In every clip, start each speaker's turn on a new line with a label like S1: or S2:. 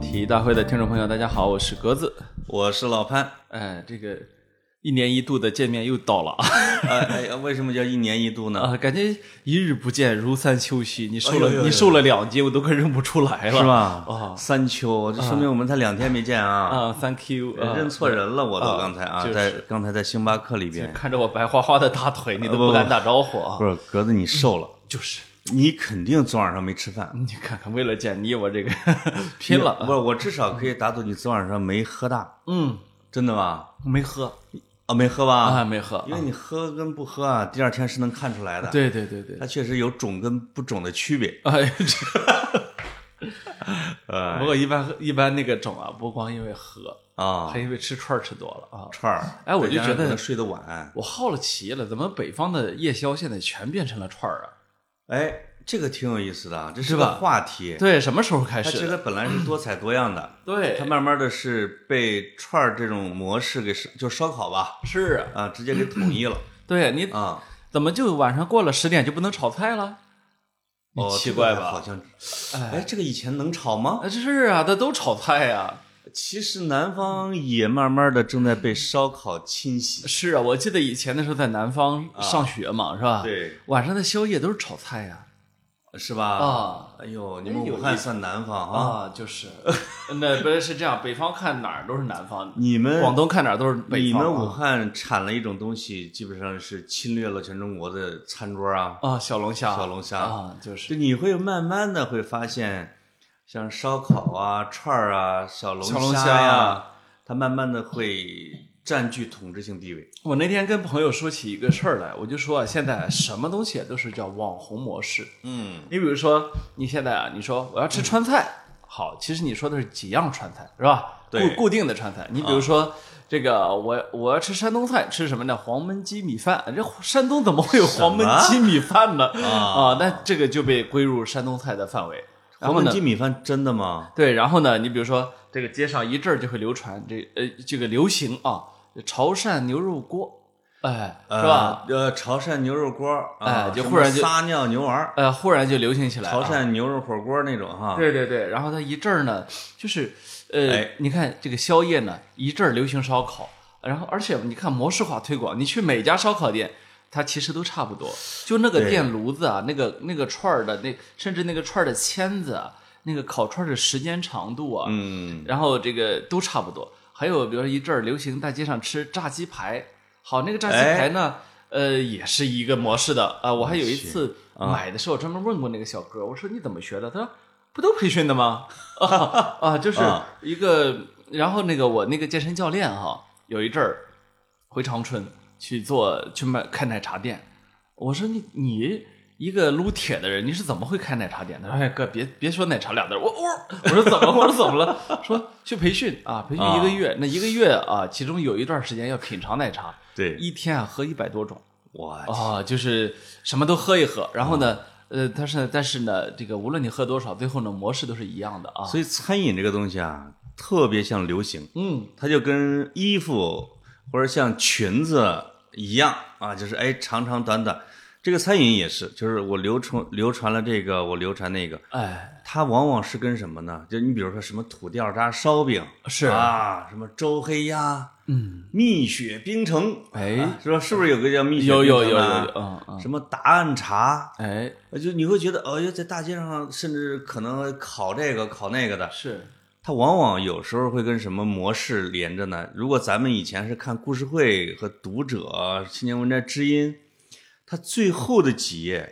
S1: 体育大会的听众朋友，大家好，我是格子。
S2: 我是 老潘。
S1: 哎，这个一年一度的见面又到了 啊！
S2: 哎哎，为什么叫一年一度呢？
S1: 啊，感觉一日不见如三秋兮。你瘦
S2: 哎呦
S1: 了，
S2: 呦
S1: 你瘦了两斤，我都快认不出来了，
S2: 是吧？哦
S1: 啊
S2: 三秋，这说明我们才两天没见啊！
S1: 啊，Thank you，啊
S2: 认错人了，我都
S1: 啊
S2: 刚才啊
S1: 就，是
S2: 在刚才在星巴克里边，
S1: 看着我白花花的大腿，你都不敢打招呼啊！
S2: 啊不是格子，你瘦了，
S1: 就是，
S2: 你肯定昨晚上没吃饭，
S1: 你看看，为了减你，我这 个拼了
S2: 不
S1: 啊。
S2: 是，我至少可以打赌你昨晚上没喝大，
S1: 嗯，
S2: 真的吧？
S1: 没喝
S2: 啊，没喝吧？
S1: 啊，没喝。
S2: 因为你喝跟不喝啊，第二天是能看出来的。，
S1: 对对对对
S2: 它，确实有肿跟不肿的区别。
S1: 哎，这
S2: 呃哎
S1: 不过一般一般那个肿啊，不光因为喝，
S2: 啊
S1: 还，因为吃串儿吃多了啊。
S2: 串儿，
S1: 哎我就
S2: 再加上
S1: 觉得
S2: 可能睡得晚。
S1: 我好了奇了，怎么北方的夜宵现在全变成了串儿啊？
S2: 哎，这个挺有意思的啊，这
S1: 是
S2: 是
S1: 吧
S2: 个话题。
S1: 对，什么时候开
S2: 它其
S1: 始？
S2: 实本来是多彩多样的，
S1: 对
S2: 它，慢慢的是被串儿这种模式给是就烧烤吧
S1: 是啊，嗯
S2: 啊，直接给统一了
S1: 对你
S2: 啊。
S1: 怎么就晚上过了十点就不能炒菜了？你
S2: 哦，
S1: 奇
S2: 这个
S1: 怪
S2: 好
S1: 吧？
S2: 像，哎，这个以前能炒吗？
S1: 啊，是啊，这都炒菜呀、
S2: 其实南方也慢慢的正在被烧烤侵袭。
S1: 嗯是啊，我记得以前的时候在南方上学嘛，是吧？，
S2: 对，
S1: 晚上的宵夜都是炒菜呀、
S2: 是吧？
S1: 啊，
S2: 哎呦，你们
S1: 有
S2: 武汉
S1: 意思
S2: 算南方啊？
S1: 啊，就是， 那不是是这样，北方看哪儿都是南方，
S2: 你们
S1: 广东看哪儿都是
S2: 你
S1: 北方啊。
S2: 们武汉产了一种东西，基本上是侵略了全中国的餐桌啊。
S1: 啊，小龙虾，
S2: 小龙虾
S1: 啊，就是
S2: 就你会慢慢的会发现，像烧烤啊、串儿啊、小龙
S1: 小龙虾
S2: 呀、
S1: 呀
S2: 它慢慢的会占据统治性地位。
S1: 我那天跟朋友说起一个事儿来，我就说啊，现在什么东西啊都是叫网红模式。
S2: 嗯，
S1: 你比如说，你现在啊，你说我要吃川菜，好，其实你说的是几样川菜是吧？
S2: 对啊
S1: 固固定的川菜。你比如说。这个我我要吃山东菜，吃什么呢？黄焖鸡米饭。这山东怎么会有黄焖鸡米饭呢？
S2: 啊
S1: 啊，那这个就被归入山东菜的范围。然
S2: 黄
S1: 后呢
S2: 焖鸡米饭真的吗？
S1: 对，然后呢，你比如说这个街上一阵儿就会流传这呃这个流行啊，潮汕牛肉锅，哎，是吧？？
S2: 呃，潮汕牛肉锅儿，啊
S1: 哎就
S2: 什
S1: 忽
S2: 么
S1: 然就
S2: 撒尿牛丸儿，
S1: 呃，忽然就流行起来、啊
S2: 潮。汕牛肉火锅那种哈。
S1: 对对对，然后它一阵儿呢，就是呃，
S2: 哎
S1: 你看这个宵夜呢，一阵儿流行烧烤，然后而且你看模式化推广，你去每家烧烤店。它其实都差不多，就那个
S2: 对
S1: 电炉子啊，那个那个串儿的那，甚至那个串儿的签子啊，那个烤串儿的时间长度啊，
S2: 嗯，
S1: 然后这个都差不多。还有比如说一阵儿流行大街上吃炸鸡排，好，那个炸鸡
S2: 哎
S1: 排呢，呃，也是一个模式的啊、我还有一次
S2: 啊
S1: 买的时候专门问过那个小哥，我说你怎么学的？他说不都培训的吗？ 啊啊，就是
S2: 啊
S1: 一个。然后那个我那个健身教练哈、有一阵儿回长春去做去卖开奶茶店，我说你你一个撸铁的人，你是怎么会开奶茶店的？哎哥，别别说奶茶俩字儿，我我我说怎么我说怎么了？说去培训啊，培训一个月，那一个月啊，其中有一段时间要品尝奶茶，
S2: 对，
S1: 一天啊喝一百多种
S2: 我去
S1: 啊，就是什么都喝一喝，然后呢。呃，但是但是呢，这个无论你喝多少，最后呢模式都是一样的啊。
S2: 所以餐饮这个东西啊，特别像流行，
S1: 嗯，
S2: 它就跟衣服或者像裙子一样啊，就是哎长长短短。这个餐饮也是，就是我流传流传了这个，我流传那个，
S1: 哎，
S2: 它往往是跟什么呢？就你比如说什么土掉渣烧饼
S1: 是
S2: 啊，什么周黑鸭、
S1: 嗯，
S2: 蜜雪冰城，
S1: 哎
S2: 啊是吧？是不是有个叫蜜雪
S1: 有
S2: 冰城
S1: 有
S2: 的
S1: 有有
S2: 啊
S1: 有，嗯嗯，
S2: 什么答案茶，
S1: 哎，
S2: 就你会觉得，哦哟，在大街上甚至可能烤这个烤那个的，
S1: 是，
S2: 它往往有时候会跟什么模式连着呢？如果咱们以前是看故事会和读者、青年文摘、知音，它最后的几页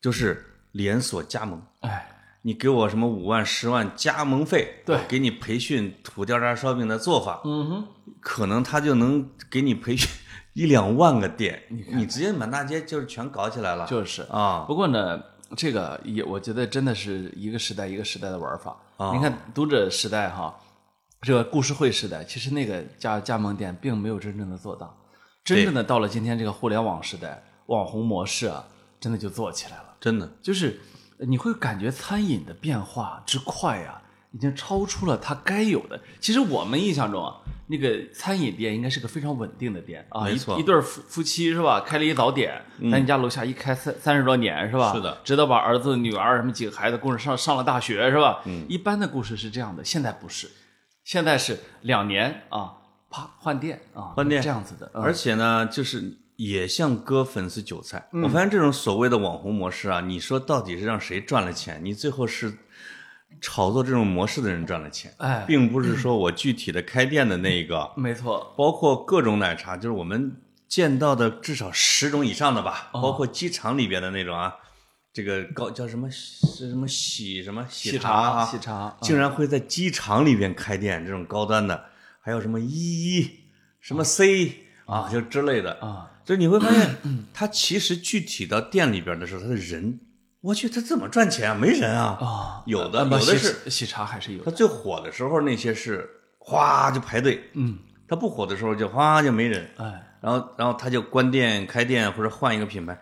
S2: 就是连锁加盟。
S1: 哎，
S2: 你给我什么五万、十万加盟费，
S1: 对
S2: 我给你培训土掉渣烧饼的做法，
S1: 嗯哼，
S2: 可能他就能给你培训一两万个店，你直接满大街就是全搞起来了，
S1: 就是。
S2: 啊，
S1: 不过呢，这个也我觉得真的是一个时代一个时代的玩法。
S2: 啊
S1: 你看读者时代哈，这个故事会时代，其实那个加加盟店并没有真正的做大。真正的到了今天这个互联网时代，网红模式啊，真的就做起来了。呃
S2: 真的
S1: 就是你会感觉餐饮的变化之快呀、啊已经超出了它该有的。其实我们印象中啊，那个餐饮店应该是个非常稳定的店啊，
S2: 没错嗯
S1: 一一对儿夫夫妻是吧？开了一早点，在你家楼下一开三三十多年是吧？
S2: 是的
S1: 直到把儿子、女儿什么几个孩子供着上上了大学是吧？嗯，一般的故事是这样的，现在不是，现在是两年啊，啪换店啊，
S2: 换店
S1: 这样子的，嗯
S2: 而且呢，就是也像割粉丝韭菜。我发现这种所谓的网红模式啊，你说到底是让谁赚了钱？你最后是炒作这种模式的人赚了钱，
S1: 哎，
S2: 并不是说我具体的开店的那个，
S1: 没错，
S2: 包括各种奶茶，就是我们见到的至少十种以上的吧，
S1: 哦
S2: 包括机场里边的那种啊，这个高叫什么是什么喜什么喜茶啊，
S1: 喜茶，
S2: 竟然会在机场里边开店，这种高端的，还有什么一一什么 C 啊，就之类的
S1: 啊，
S2: 就是你会发现，他其实具体到店里边的时候，他的人，我去，他怎么赚钱啊？没人啊，
S1: 啊，
S2: 有的有
S1: 不
S2: 的
S1: 喜
S2: 是，
S1: 喜茶还是有
S2: 他
S1: 的，
S2: 最火的时候那些是哗就排队，
S1: 嗯，
S2: 他不火的时候就哗就没人，
S1: 哎，
S2: 然后然后他就关店开店或者换一个品牌。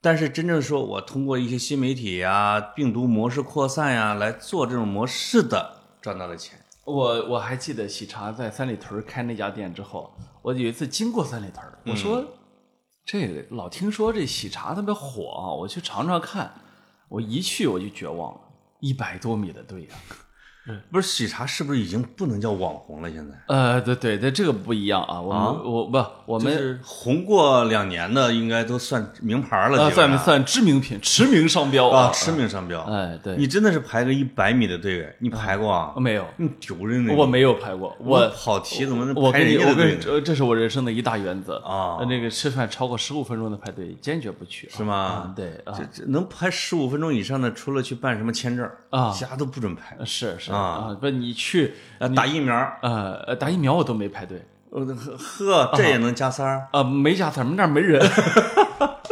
S2: 但是真正说我通过一些新媒体呀、病毒模式扩散呀、来做这种模式的赚到了钱。
S1: 我我还记得喜茶在三里屯开那家店之后，我有一次经过三里屯，我说、
S2: 嗯
S1: 这个老听说这喜茶特别火啊，我去尝尝看，我一去我就绝望了，一百多米的队啊呀、
S2: 不是喜茶是不是已经不能叫网红了？现在
S1: 呃，对对对，这个不一样啊，我们、
S2: 啊
S1: 我不我们、呃
S2: 就是红过两年的，应该都算名牌了，
S1: 呃
S2: 基本
S1: 算
S2: 上
S1: 算知名品，驰名商标
S2: 啊，
S1: 啊，
S2: 驰名商标。
S1: 哎对，
S2: 你真的是排个一百米的队，你排过啊？
S1: 没有，
S2: 你丢人的！
S1: 我没有排过，我
S2: 跑题怎么能
S1: 我
S2: 排
S1: 跟你，
S2: 人家
S1: 我
S2: 的队
S1: 跟
S2: 呢
S1: 你，？呃这是我人生的一大原则呃
S2: 啊
S1: 那个吃饭超过十五分钟的排队，坚决不去啊。
S2: 是吗
S1: 嗯对啊
S2: 这，这能排十五分钟以上的，除了去办什么签证
S1: 啊
S2: 其他都不准排。
S1: 是是
S2: 啊
S1: 啊，不，你去
S2: 呃，打疫苗，
S1: 呃呃打疫苗我都没排队
S2: 呃呵呵，这也能加三儿？
S1: 啊，没加他们那儿没人，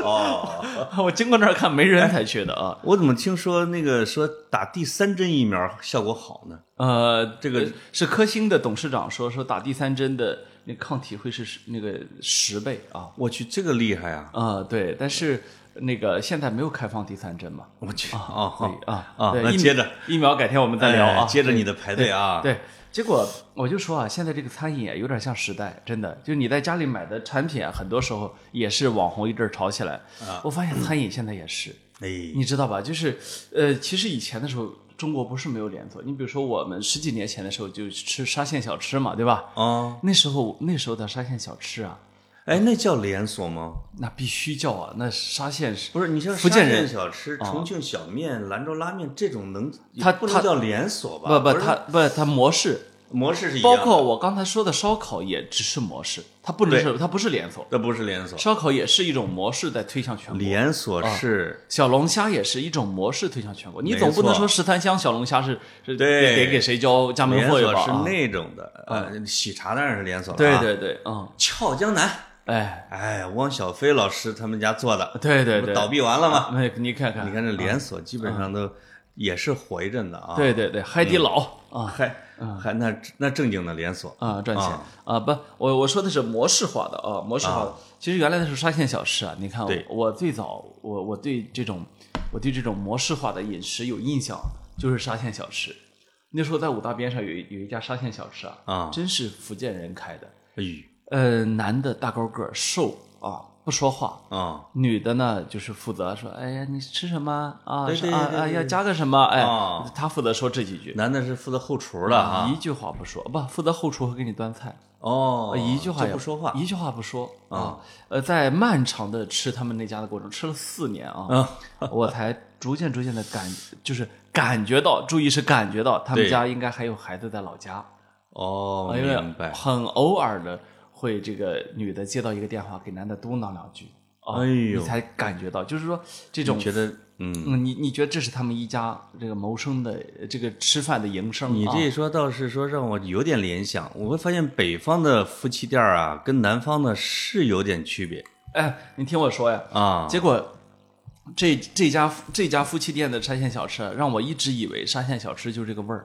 S2: 哦，
S1: 我经过那儿看没人才去的啊。
S2: 我怎么听说那个说打第三针疫苗效果好呢？
S1: 呃，
S2: 哎这个
S1: 是科兴的董事长说说打第三针的那抗体会是十那个十倍啊
S2: 我去，这个厉害啊！
S1: 啊对，但是那个现在没有开放第三针嘛，
S2: 我去啊
S1: 所以啊
S2: 啊
S1: 对
S2: 那
S1: 疫苗
S2: 接着
S1: 疫苗改天我们再聊啊，
S2: 哎接着你的排队啊，
S1: 对，结果我就说啊，现在这个餐饮啊，有点像时代，真的，就你在家里买的产品啊，很多时候也是网红一阵儿炒起来。
S2: 啊
S1: 我发现餐饮现在也是，
S2: 哎，
S1: 你知道吧？就是呃，其实以前的时候，中国不是没有连锁，你比如说我们十几年前的时候就吃沙县小吃嘛，对吧？
S2: 啊，
S1: 那时候那时候的沙县小吃啊，
S2: 哎，那叫连锁吗？
S1: 那必须叫啊，那沙县是
S2: 不是，你像
S1: 福建
S2: 沙县
S1: 人啊
S2: 小吃、重庆小面、兰州拉面这种能，
S1: 它
S2: 不
S1: 它
S2: 能叫连锁吧？
S1: 不不，
S2: 是
S1: 它不它模式，
S2: 模式是一样
S1: 包
S2: 的，
S1: 括我刚才说的烧烤也只是模式，它不能
S2: 对
S1: 是它不是连锁。
S2: 这不是连锁，
S1: 烧烤也是一种模式在推向全国，
S2: 连锁
S1: 啊
S2: 是
S1: 小龙虾也是一种模式推向全国，你
S2: 没
S1: 总不能
S2: 错
S1: 说十三香小龙虾是是
S2: 对
S1: 给给谁交加盟
S2: 连
S1: 费
S2: 锁
S1: 吧？
S2: 是
S1: 啊
S2: 那种的，呃，喜茶当然是连锁了，啊
S1: 对，对对，嗯，
S2: 俏江南，
S1: 哎，
S2: 哎，汪小菲老师他们家做的，
S1: 对对啊
S2: 不
S1: 对，
S2: 倒闭完了吗？
S1: 那你看看，
S2: 你看这连锁基本上都也是火一阵的啊，
S1: 对对对，海底捞啊
S2: 还还那那正经的连锁，
S1: 啊赚钱
S2: 啊
S1: 啊不，我我说的是模式化的啊，模式化的。其实原来的时候沙县小吃啊，你看
S2: 对
S1: 我最早我我对这种我对这种模式化的饮食有印象，就是沙县小吃。那时候在武大边上有一有一家沙县小吃啊，
S2: 啊
S1: 真是福建人开的。
S2: 哎呦
S1: 呃，男的大高个儿，瘦啊，不说话。
S2: 啊，
S1: 女的呢，就是负责说，哎呀，你吃什么啊？
S2: 对
S1: 是
S2: 对
S1: 啊
S2: 对
S1: 啊，
S2: 对
S1: 要
S2: 对
S1: 加个什么？哎
S2: 啊，
S1: 她负责说这几句，
S2: 男的是负责后厨的啊，
S1: 一句话不说，不负责后厨和给你端菜，哎
S2: 哦，
S1: 一句话
S2: 就
S1: 也
S2: 不说话哦
S1: 一句话不说啊。呃，在漫长的吃他们那家的过程，吃了四年啊，
S2: 啊，
S1: 我才逐渐逐渐的感，就是感觉到，注意是感觉到他们
S2: 对
S1: 家应该还有孩子在老家。
S2: 哦，
S1: 啊因为
S2: 明白，
S1: 很偶尔的会这个女的接到一个电话，给男的嘟囔两句，啊
S2: 哎呦
S1: 你才感觉到，就是说这种
S2: 你，觉得嗯。
S1: 嗯，你你觉得这是他们一家这个谋生的呃这个吃饭的营生，
S2: 你这
S1: 啊
S2: 一说倒是说让我有点联想，我会发现北方的夫妻店儿啊，跟南方的是有点区别
S1: 哎，你听我说呀，
S2: 啊。
S1: 结果。这这家这家夫妻店的沙县小吃，让我一直以为沙县小吃就这个味儿，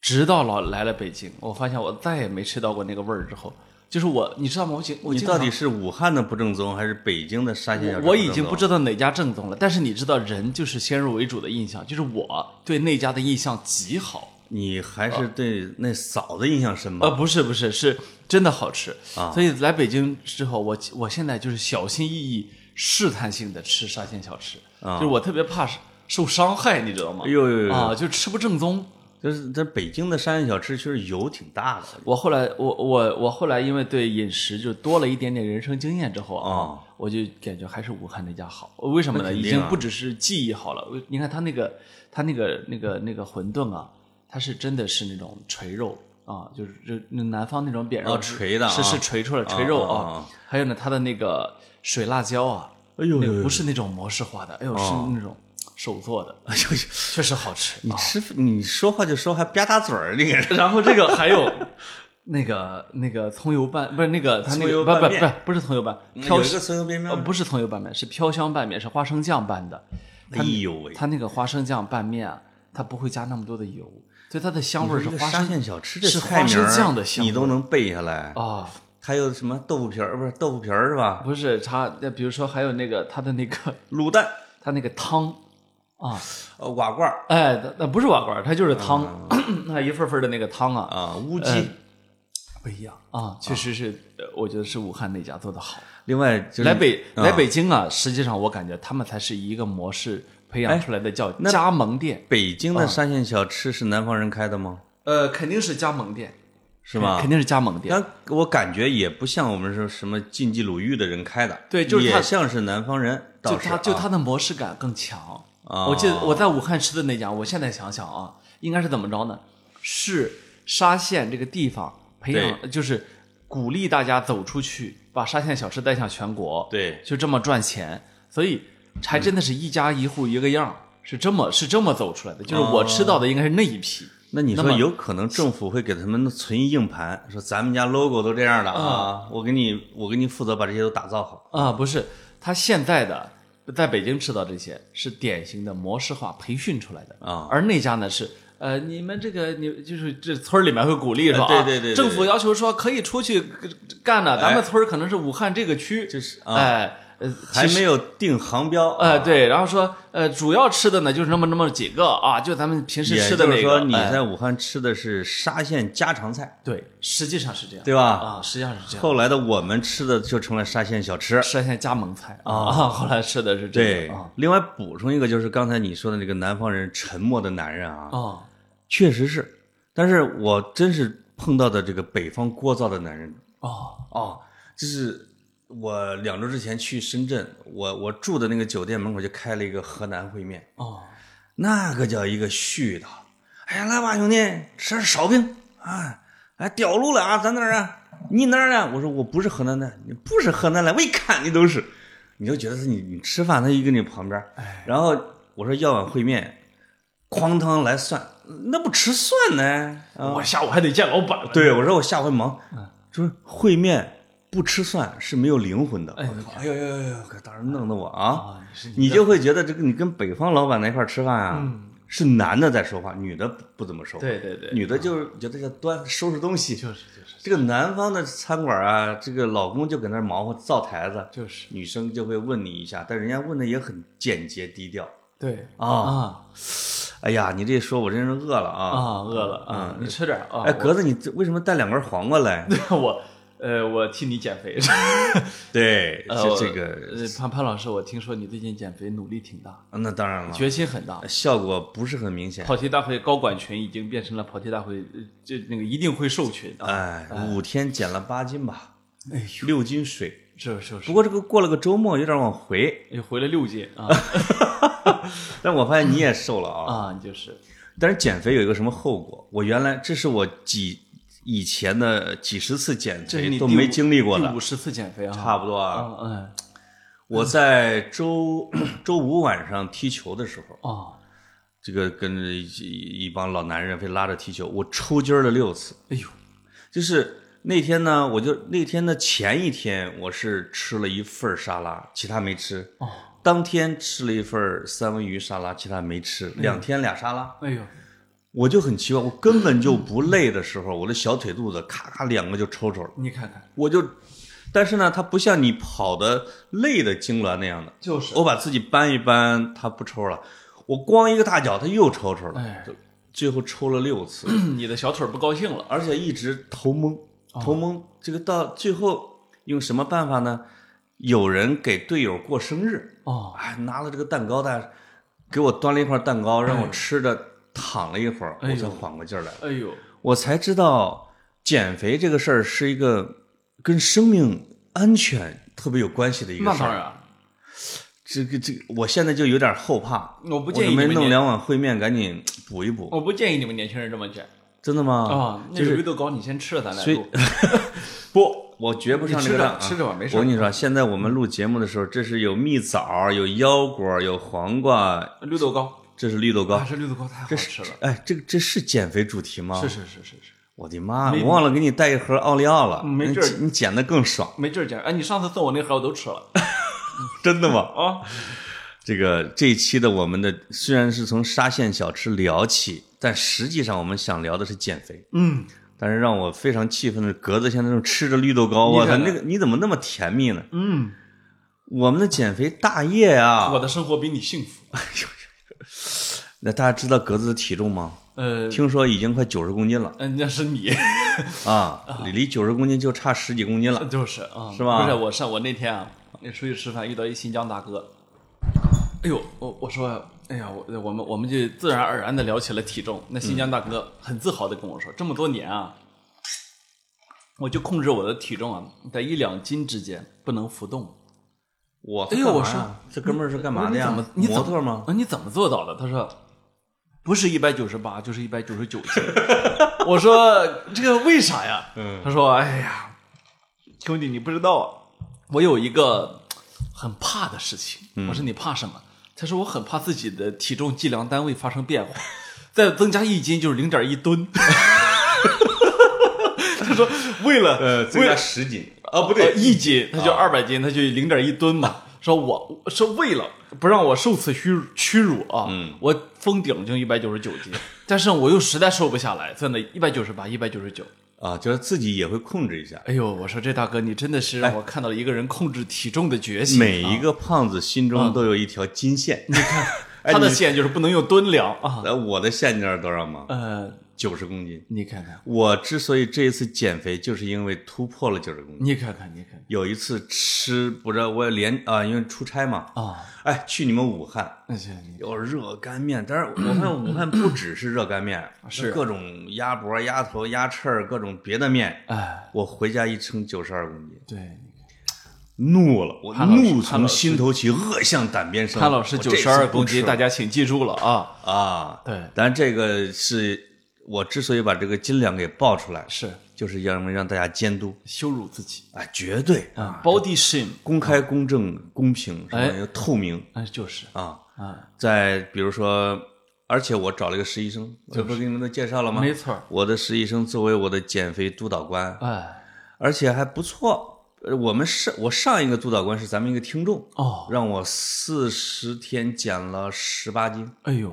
S1: 直到老来了北京，我发现我再也没吃到过那个味儿之后，就是我，你知道吗？我经我
S2: 你
S1: 经
S2: 到
S1: 常
S2: 底是武汉的不正宗，还是北京的沙县小吃
S1: 我已经不知
S2: 正宗
S1: 道哪家正宗了，但是你知道，人就是先入为主的印象，就是我对那家的印象极好，
S2: 你还是对那嫂子印象深
S1: 啊呃，
S2: 吧？
S1: 不是不是，是真的好吃
S2: 啊
S1: 所以来北京之后，我我现在就是小心翼翼、试探性的吃沙县小吃，就
S2: 啊
S1: 是我特别怕是受伤害，你知道吗？
S2: 哎呦呦呦呦
S1: 啊，就吃不正宗。
S2: 就是在北京的沙县小吃，其实油挺大的
S1: 我后来，我我我后来因为对饮食就多了一点点人生经验之后
S2: 啊，
S1: 我就感觉还是武汉那家好。为什么呢？
S2: 那
S1: 已
S2: 肯定啊
S1: 经不只是记忆好了，你看他那个他那个那个那个馄饨啊，它是真的是那种锤肉啊，就是就那南方那种扁肉
S2: 啊锤的啊
S1: 是是锤出来锤肉
S2: 啊啊
S1: 啊
S2: 啊。
S1: 还有呢，它的那个水辣椒啊，
S2: 哎呦
S1: 那个
S2: 呦
S1: 不是那种模式化的，哎呦是那种手做的，
S2: 哦哎呦呦，
S1: 确实好吃。啊
S2: 你吃你说话就说还吧嗒嘴儿，你 给
S1: 然后这个还有那个那个葱油拌，不是那个他那
S2: 葱
S1: 个
S2: 油
S1: 不
S2: 拌
S1: 不
S2: 面
S1: 不不是葱油拌，飘
S2: 有一个葱油边
S1: 呃
S2: 面，
S1: 不是葱油拌面，是飘香拌面，是花生酱拌的。
S2: 哎呦喂，
S1: 它那个花生酱拌面啊，它不会加那么多的油，所以它的香味儿是
S2: 这个
S1: 花
S2: 沙
S1: 生
S2: 县小吃这
S1: 是
S2: 菜
S1: 花
S2: 名
S1: 生
S2: 儿
S1: 酱的香味儿，
S2: 你都能背下来。
S1: 啊。
S2: 还有什么豆腐皮儿不是豆腐皮儿是吧？
S1: 不是它，那比如说还有那个它的那个
S2: 卤蛋，
S1: 它那个汤啊，
S2: 呃，瓦罐儿
S1: 哎，那那不是瓦罐儿，它就是汤，
S2: 嗯
S1: 那一份份的那个汤啊，
S2: 啊，乌鸡。
S1: 不一样啊，确实是，呃我觉得是武汉那家做的好。
S2: 另外就是
S1: 来北
S2: 啊
S1: 来北京啊，实际上我感觉他们才是一个模式培养出来的，叫加盟店。
S2: 北京
S1: 啊
S2: 的沙县小吃是南方人开的吗？
S1: 呃，肯定是加盟店，
S2: 是吗？
S1: 肯定是加盟店。
S2: 但我感觉也不像我们说什么晋冀鲁豫的人开的，
S1: 对就是他
S2: 也像是南方人，
S1: 就
S2: 倒是
S1: 它
S2: 啊
S1: 就它的模式感更强。
S2: 啊
S1: 我记得我在武汉吃的那家，我现在想想啊，应该是怎么着呢？是沙县这个地方培养，就是鼓励大家走出去，把沙县小吃带向全国，
S2: 对
S1: 就这么赚钱。所以还真的是一家一户一个样儿，是这么是这么走出来的。就是我吃到的应该是那一批。
S2: 那你
S1: 那
S2: 说
S1: 么
S2: 有可能政府会给他们存一硬盘，说咱们家 logo 都这样了啊，我给你我给你负责把这些都打造好。
S1: 啊，不是，他现在的在北京吃到这些是典型的模式化培训出来的
S2: 啊
S1: 而那家呢是。呃，你们这个你就是这村儿里面会鼓励说、啊
S2: 呃对对对对哎
S1: 政府要求说可以出去干的，咱们村儿可能是武汉这个区，
S2: 就是啊
S1: 哎，呃，
S2: 还
S1: 其实
S2: 没有定航标啊
S1: 呃对，然后说呃主要吃的呢就是那么那么几个啊，就咱们平时
S2: 也
S1: 吃的
S2: 就
S1: 那
S2: 是说
S1: 个，
S2: 你
S1: 哎
S2: 在武汉吃的是沙县家常菜，
S1: 对，实际上是这样，
S2: 对吧？
S1: 啊，实际上是这样，
S2: 后来的我们吃的就成了沙县小吃。
S1: 是现加盟菜啊， 后来吃的是这
S2: 对
S1: 个啊，
S2: 另外补充一个就是刚才你说的那个南方人沉默的男人啊，
S1: 啊，
S2: 确实是，但是我真是碰到的这个北方聒噪的男人
S1: 哦，
S2: 哦，就是我两周之前去深圳，我我住的那个酒店门口就开了一个河南烩面，
S1: 哦，
S2: 那个叫一个絮叨，哎呀，来吧兄弟，吃点烧饼啊，哎，屌路了啊，咱那儿啊，你哪儿呢？我说我不是河南的，你不是河南的，我一看你都是，你就觉得是你你吃饭他一跟你旁边儿，然后我说要碗烩面，哐当来蒜，那不吃蒜呢？啊，
S1: 我下午还得见老板呢。
S2: 对，我说我下回忙，就是烩面不吃蒜是没有灵魂的。
S1: 哎
S2: 我靠哎呦呦呦呦，可当时弄得我啊，
S1: 啊，是
S2: 你就会觉得这个你跟北方老板那块儿吃饭啊，是男的在说话，女的不不怎么说话。
S1: 嗯对对对，
S2: 女的就是觉得要端收拾东西，
S1: 就是就是
S2: 这个南方的餐馆啊，这个老公就搁那儿忙活造台子，
S1: 就是，
S2: 女生就会问你一下，但人家问的也很简洁低调。
S1: 对
S2: 啊
S1: 啊
S2: 哎呀，你这一说我真是饿了啊！
S1: 啊，饿了啊，你吃点儿啊。
S2: 哎，格子，你这为什么带两根黄瓜来？
S1: 我我 呃，我替你减肥。
S2: 对，
S1: 呃
S2: 这这个
S1: 呃潘潘老师，我听说你最近减肥努力挺大，
S2: 啊那当然了，
S1: 决心很大。
S2: 效果不是很明显。
S1: 跑题大会高管群已经变成了跑题大会，呃就那个一定会瘦群啊。
S2: 哎，五天减了八斤吧，
S1: 哎
S2: 六斤水。
S1: 是是
S2: 不
S1: 是，
S2: 过这个过了个周末，有点往回。
S1: 又回了六斤啊
S2: 但我发现你也瘦了啊。
S1: 啊，你就是
S2: 但是减肥有一个什么后果？我原来这是我几以前的几十次减
S1: 这是
S2: 肥
S1: 你
S2: 都
S1: 哎第五
S2: 没经历过
S1: 第
S2: 的
S1: 五，十次减肥啊，
S2: 差不多啊。
S1: 啊嗯
S2: 我在周 周五晚上踢球的时候，
S1: 啊，
S2: 这个跟着一一帮老男人非拉着踢球，我抽筋儿了六次。
S1: 哎呦
S2: 就是那天呢，我就那天的前一天，我是吃了一份儿沙拉，其他没吃。
S1: 哦，
S2: 当天吃了一份儿三文鱼沙拉，其他没吃。
S1: 嗯
S2: 两天俩沙拉，
S1: 哎呦，
S2: 我就很奇怪，我根本就不累的时候，我的小腿肚子咔咔两个就抽抽了，
S1: 你看看，
S2: 我就。但是呢，它不像你跑的累的痉挛那样的，
S1: 就是
S2: 我把自己搬一搬，它不抽了。我光一个大脚，它又抽抽了，
S1: 哎
S2: 就最后抽了六次，
S1: 你的小腿儿不高兴了，
S2: 而且一直头蒙，头
S1: 哦
S2: 蒙。这个到最后用什么办法呢？有人给队友过生日，
S1: 哦，
S2: 哎，拿了这个蛋糕，大家给我端了一块蛋糕，让我吃着躺了一会儿，
S1: 哎哎呦
S2: 我才缓过劲儿来。
S1: 哎呦，
S2: 我才知道减肥这个事儿是一个跟生命安全特别有关系的一个
S1: 那
S2: 事
S1: 当
S2: 儿。啊
S1: 然，
S2: 这个这个，我现在就有点后怕，
S1: 我不
S2: 我
S1: 建议
S2: 准
S1: 你
S2: 备
S1: 们
S2: 弄
S1: 年，
S2: 两碗烩面，赶紧补一补。
S1: 我不建议你们年轻人这么卷
S2: 真的吗？
S1: 啊，那
S2: 就
S1: 个
S2: 是
S1: 绿豆糕你先吃了，咱俩
S2: 所以
S1: 录，
S2: 不，我绝不上
S1: 你
S2: 这
S1: 吃
S2: 个
S1: 着
S2: 当啊
S1: 吃着吧没事
S2: 我跟你说，现在我们录节目的时候，这是有蜜枣，有腰果，有黄瓜，
S1: 绿豆糕，
S2: 这是绿豆
S1: 啊，
S2: 糕。
S1: 这绿豆糕太好吃了，
S2: 哎，这个这是减肥主题吗？
S1: 是是是是是，
S2: 我的妈！
S1: 没
S2: 我忘了给你带一盒奥利奥了，
S1: 没
S2: 你
S1: 劲儿
S2: 你减的更爽，
S1: 没劲儿讲，哎，你上次送我那盒我都吃 了
S2: 真的吗？
S1: 啊，
S2: 这个这一期的我们的虽然是从沙县小吃聊起，但实际上我们想聊的是减肥。
S1: 嗯，
S2: 但是让我非常气愤的是，格子现在正吃着绿豆糕，
S1: 你
S2: 我
S1: 看
S2: 操，
S1: 看
S2: 那个你怎么那么甜蜜呢？
S1: 嗯，
S2: 我们的减肥大业啊！
S1: 我的生活比你幸福，
S2: 那大家知道格子的体重吗？
S1: 呃，
S2: 听说已经快九十公斤了
S1: 嗯，那是你，
S2: 啊，离九十公斤就差十几公斤了。
S1: 就是啊，
S2: 是吧
S1: 不是我上我那天啊，那出去吃饭遇到一新疆大哥，哎呦，我我说，哎呀，我我们我们就自然而然的聊起了体重。那新疆大
S2: 嗯
S1: 哥很自豪的跟我说，这么多年啊，我就控制我的体重啊，在一两斤之间，不能浮动。
S2: 我
S1: 哎呦我
S2: 干嘛呀这哥们儿是干嘛的呀
S1: 我说你？怎么你
S2: 模
S1: 怎
S2: 特吗？
S1: 啊，你怎么做到的？他说，不是一百九十八，就是一百九十九斤。 我说这个为啥呀？
S2: 嗯
S1: 他说，哎呀，兄弟，你不知道，啊，我有一个很怕的事情。我说你怕什么？他说我很怕自己的体重计量单位发生变化，再增加一斤就是零点一吨。 他说为了为了
S2: 呃十斤啊，不
S1: 呃，一斤，他就二百斤，他就零点一吨嘛。说我是为了不让我受此屈屈辱啊，我封顶就一百九十九斤，但是我又实在瘦不下来，真的，一百九十八，一百九十九。
S2: 啊，就是自己也会控制一下。
S1: 哎呦，我说这大哥，你真的是让我看到了一个人控制体重的决心、啊。嗯
S2: 每一个胖子心中都有一条金线。哎你 看，
S1: 他的线就是不能用吨量啊。
S2: 呃，我的线你知道多少吗？
S1: 呃，
S2: 九十公斤。
S1: 你看看，
S2: 我之所以这一次减肥，就是因为突破了九十公斤。
S1: 你看看，你看
S2: 有一次吃不知道我连啊，因为出差嘛，
S1: 看啊，
S2: 哎，去你们武汉，
S1: 那行，你
S2: 有热干面，但是我看武汉不只是热干面，
S1: 嗯
S2: 啊
S1: 是
S2: 各种鸭脖、鸭头、鸭翅儿，各种别的面。
S1: 哎，
S2: 我回家一称九十二公斤，
S1: 对，
S2: 怒了，我
S1: 潘老师
S2: 怒
S1: 潘
S2: 从
S1: 老师
S2: 心头起，恶向胆边生。
S1: 潘老师
S2: 我
S1: 九
S2: 这次
S1: 十二
S2: 不
S1: 公
S2: 吃
S1: 斤，
S2: 了
S1: 大家请记住了啊。
S2: 啊，
S1: 对，
S2: 但这个是我之所以把这个斤两给报出来，
S1: 是
S2: 就是要让大家监督，
S1: 羞辱自己
S2: 哎，绝对
S1: 啊，body shame，
S2: 公开、公正、公平，什么
S1: 哎
S2: 又透明
S1: 哎，就是
S2: 啊。
S1: 啊。
S2: 再比如说，而且我找了一个实习生，这不是给你们都介绍了吗？
S1: 没错儿
S2: 我的实习生作为我的减肥督导官，
S1: 哎，
S2: 而且还不错。呃我们上我上一个督导官是咱们一个听众，
S1: 哦，
S2: 让我四十天减了十八斤，
S1: 哎呦，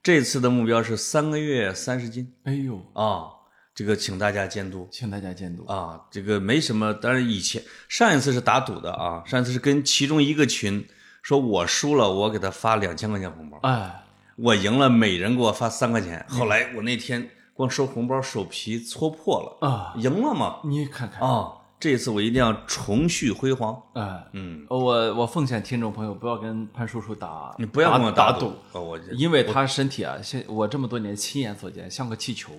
S2: 这次的目标是三个月三十斤
S1: 哎呦，
S2: 啊、这个请大家监督
S1: 请大家监督。
S2: 啊，这个没什么。但是以前上一次是打赌的啊，上一次是跟其中一个群说我输了，我给他发两千块钱红包。
S1: 哎，
S2: 我赢了，每人给我发三块钱。后来我那天光收红包，手皮搓破了，
S1: 啊，
S2: 赢了嘛？
S1: 你看看，
S2: 啊，这一次我一定要重续辉煌。
S1: 哎，
S2: 嗯，
S1: 我我奉劝听众朋友不要跟潘叔叔打，
S2: 你不要跟我
S1: 打
S2: 赌
S1: 赌，，
S2: 哦我这
S1: 因为他身体啊，现我这么多年亲眼所见，像个气球，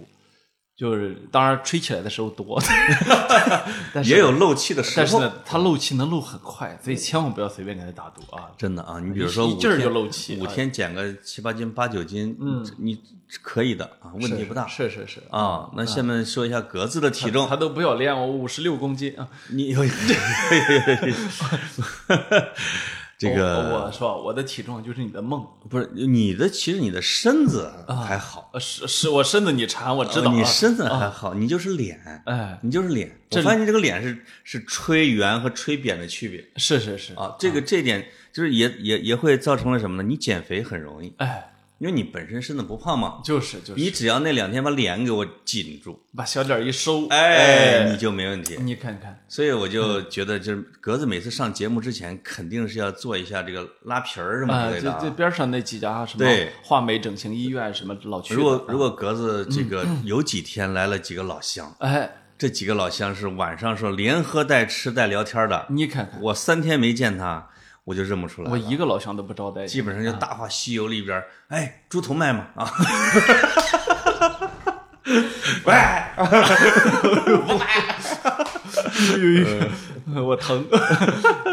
S1: 就是当然吹起来的时候多， 但是
S2: 也有漏气的时
S1: 但是
S2: 候。
S1: 呢，他漏气能漏很快，所以千万不要随便跟他打赌啊。
S2: 真的啊，你比如说
S1: 一
S2: 五
S1: 劲儿
S2: 天
S1: 就漏气
S2: 五
S1: 哎
S2: 天减个七八斤、八九斤，嗯，你可以的啊，问题不大
S1: 是是是，
S2: 啊。那下面说一下格子的体重，
S1: 他都不要脸，我五十六公斤啊。
S2: 你 有这
S1: 我
S2: 个
S1: 我说我的体重就是你的梦，
S2: 不是你的，其实你的身子还好，
S1: 呃，是是，我身子你馋，我知
S2: 哦
S1: 道、啊
S2: 你身子还好，你就是脸，
S1: 哎，
S2: 你就是脸。我发现这个脸是是吹圆和吹扁的区别哦啊
S1: 是是是，
S2: 啊，这个这点就是也也也会造成了什么呢？你减肥很容易，
S1: 哎，
S2: 因为你本身身子不胖嘛，
S1: 就是就
S2: 你
S1: 是，
S2: 只要那两天把脸给我紧住，
S1: 把小脸一收，
S2: 哎，
S1: 哎
S2: 你就没问题。
S1: 你看看，
S2: 所以我就觉得，就是格子每次上节目之前，肯定是要做一下这个拉皮儿什么
S1: 啊，
S2: 之类
S1: 这
S2: 的
S1: 这
S2: 啊。
S1: 边上那几家什么
S2: 对哎
S1: 华美整形医院什么老去的，嗯
S2: 如果如果格子这个有几天来了几个老乡，
S1: 哎，
S2: 这几个老乡是晚上是连喝带吃带聊天的，
S1: 你看看，
S2: 我三天没见他，我就认不出来
S1: 嗯我啊
S2: 了。
S1: 一个老乡都不招待你，
S2: 基本上就《大话西游》里边儿，哎，猪头卖嘛 啊，
S1: 啊
S2: 喂，
S1: 哎
S2: 嗯
S1: 我疼。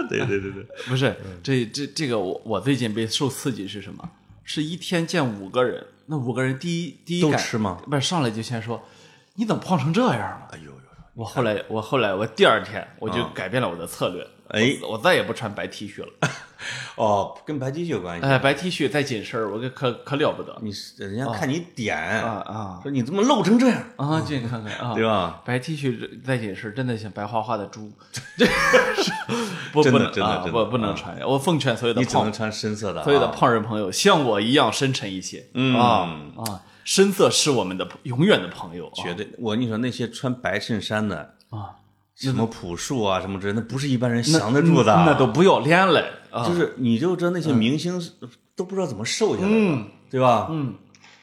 S2: 对对对对，
S1: 不是，
S2: 嗯
S1: 这这这个我我最近被受刺激是什么？是一天见五个人，那五个人第一第一
S2: 都
S1: 感
S2: 吃吗？
S1: 不是上来就先说，你怎么胖成这样了？
S2: 哎呦呦，
S1: 我后来我后来我第二天我就改变了我的策略，
S2: 啊哎
S1: 我，我再也不穿白 T 恤了，
S2: 哦，跟白 T 恤有关系，
S1: 哎，白 T 恤再紧身儿我可可可了不得
S2: 你是人家看你
S1: 哦啊
S2: 点，
S1: 啊
S2: 说你怎么露成这样，
S1: 啊！进去看看啊，
S2: 对吧？
S1: 白 T 恤再紧身，真的像白花花的 猪，这是不
S2: 真
S1: 不
S2: 的
S1: 能
S2: 真的
S1: 啊
S2: 真的
S1: 不不能
S2: 啊
S1: 穿，我奉劝所有的
S2: 你只
S1: 胖
S2: 能穿深色的啊，
S1: 所有的胖人朋友像我一样深沉一些，
S2: 嗯
S1: 啊啊，深色是我们的永远的朋友，
S2: 绝对，我跟你说那些穿白衬衫的，
S1: 啊，
S2: 什么朴树啊什么之类的，那不是一般人降得
S1: 那
S2: 住的，
S1: 那都不要脸了啊嗯
S2: 就！是你就知道那些明星是都不知道怎么瘦下来的，对吧？嗯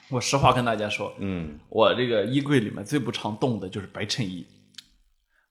S1: 我实话跟大家说，
S2: 嗯，
S1: 我这个衣柜里面最不常动的就是白衬衣，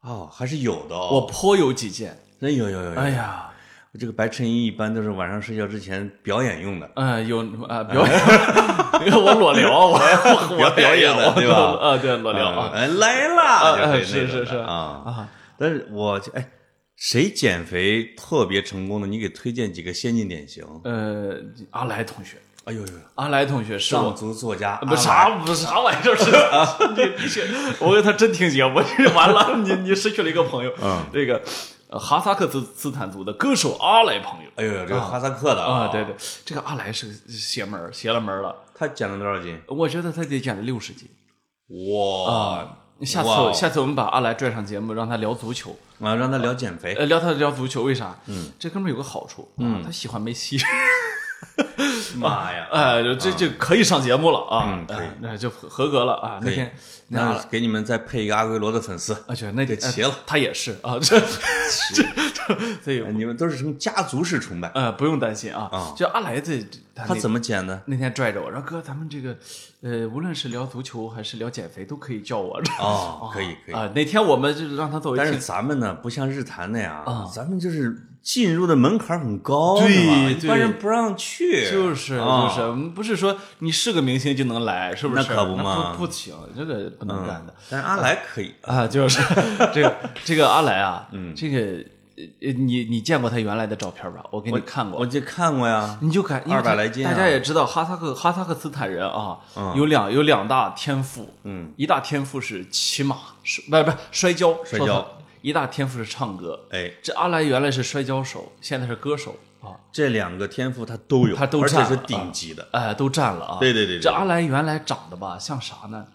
S2: 哦，还是有的哦，
S1: 我颇有几件，
S2: 那有有有有
S1: 哎呀，
S2: 我这个白衬衣一般都是晚上睡觉之前表演用的，
S1: 呃，有啊， 表演，我裸聊，啊我我我
S2: 表演了
S1: 我
S2: 对吧
S1: 啊，对，裸聊
S2: 啊，
S1: 啊，
S2: 哎来啦，
S1: 啊
S2: 就
S1: 是
S2: 那种
S1: 是是
S2: 的啊。
S1: 啊，
S2: 但是我哎，谁减肥特别成功的，你给推荐几个先进典型？嗯
S1: 呃，阿来同学，
S2: 哎呦呦，
S1: 阿来同学是我
S2: 藏族作家
S1: 不啥不啥玩意儿是吧？ 你你是我跟他真听节目，这完了，你你失去了一个朋友。
S2: 嗯
S1: 这个呃哈萨克斯斯坦族的歌手阿来朋友
S2: 哎呦呦，这个哈萨克的
S1: 啊，对对，，这个阿来是个邪门儿邪了门儿了，
S2: 他减了多少斤？
S1: 我觉得他得减了六十斤
S2: 哇！
S1: 啊。下次
S2: 哇哦
S1: 下次我们把阿来拽上节目，让他聊足球，
S2: 啊，让他聊减肥，
S1: 呃，聊他聊足球，为啥？嗯，这哥们儿有个好处，嗯，他喜欢梅西，
S2: 妈呀！
S1: 哎，就这这可以上节目了啊
S2: 嗯啊嗯，可以
S1: 哎那就合合格了啊。那
S2: 可以
S1: 天那
S2: 那给你们再配一个阿圭罗的粉丝，
S1: 啊，去，那得
S2: 给齐了
S1: 他也是啊，这这这，所以
S2: 哎你们都是从家族式崇拜。
S1: 呃不用担心呃啊
S2: 啊。
S1: 就阿来这他
S2: 他
S1: 那
S2: 怎么减的？
S1: 那天拽着我说哥，咱们这个呃，无论是聊足球还是聊减肥，都可以叫我。
S2: 哦，可以可以
S1: 啊，哪天我们就是让他作为
S2: 但是
S1: 听
S2: 咱们呢，不像日坛那样，
S1: 啊
S2: 咱们就是进入的门槛很高，
S1: 对
S2: 是吧
S1: 对
S2: 一般人不让去，
S1: 就是
S2: 啊
S1: 就是，嗯不是说你是个明星就能来，是不是？
S2: 那可不嘛
S1: 那不不行，这个不能干的。
S2: 嗯但是阿来可以，
S1: 啊，就是这个这个阿来啊，嗯，这个呃，你你见过他原来的照片吧？我给你看过，
S2: 我就看过呀，
S1: 你就感因为
S2: 200来斤啊嗯
S1: 大家也知道哈萨克哈萨克斯坦人啊，有两有两大天赋，嗯，一大天赋是骑马，是不是不是摔跤，说
S2: 摔跤
S1: 错了，一大天赋是唱歌。
S2: 哎，
S1: 这阿来原来是摔跤手，现在是歌手啊，
S2: 这两个天赋他都有，
S1: 他都
S2: 而且
S1: 占
S2: 是
S1: 了
S2: 顶级的，
S1: 哎，都占了啊。
S2: 对对对对
S1: 这阿来原来长得吧，像啥呢？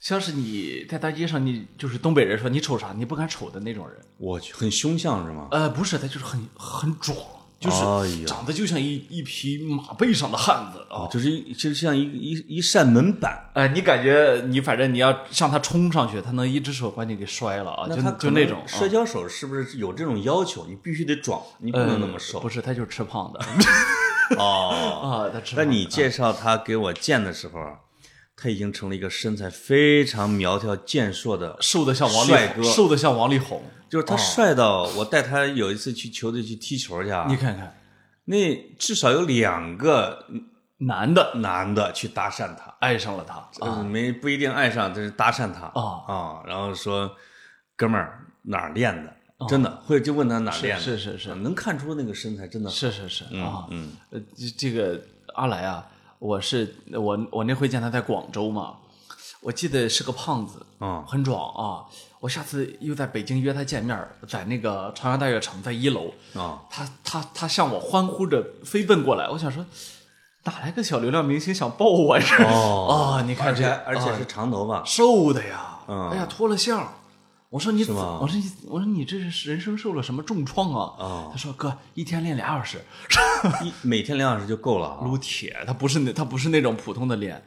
S1: 像是你在大街上，你就是东北人说你瞅啥，你不敢瞅的那种人。
S2: 我去，很凶相是吗？
S1: 呃，不是，他就是很很壮，就是
S2: 哎呀
S1: 长得就像一一匹马背上的汉子啊。
S2: 就是一就像一一一扇门板，
S1: 呃，你感觉你反正你要向他冲上去，他能一只手把你给摔了啊，就
S2: 他
S1: 就那种。
S2: 摔跤手是不是有这种要求？你必须得壮，你不
S1: 呃
S2: 能那么瘦
S1: 不是，他就是吃 胖的啊，
S2: 哦。
S1: 他吃胖的。
S2: 但你介绍他给我见的时候啊，他已经成了一个身材非常苗条健硕的，
S1: 瘦的像王力
S2: 帅
S1: 宏
S2: 哥
S1: 瘦的像王力宏，
S2: 就是他帅到我带他有一次去球队去踢球去啊
S1: 你，看看
S2: 那至少有两个
S1: 男的
S2: 男的去搭讪他。
S1: 爱上了 他啊
S2: 呃，没不一定爱上，就是搭讪他
S1: 哦
S2: 啊，然后说哥们儿哪儿练的，真的会就问他哪儿练的，
S1: 哦是是是
S2: 啊能看出那个身材真的
S1: 是是是啊，
S2: 嗯
S1: 呃，这这个阿来啊，我是我我那回见他在广州嘛，我记得是个胖子，
S2: 啊
S1: 很壮啊。我下次又在北京约他见面儿，在那个长阳大悦城，在一楼，
S2: 啊，
S1: 他他他向我欢呼着飞奔过来，我想说，哪来个小流量明星想抱我呀？
S2: 哦
S1: 啊，你看
S2: 而
S1: 这
S2: 且而且
S1: 啊
S2: 是长头发，
S1: 瘦的呀，
S2: 嗯
S1: 哎呀脱了相，我说你
S2: 是吗
S1: 我说你我说你这是人生受了什么重创啊？
S2: 哦
S1: 他说哥一天练俩小时，
S2: 一每天两小时就够了啊。
S1: 撸铁，他不是那他不是那种普通的练，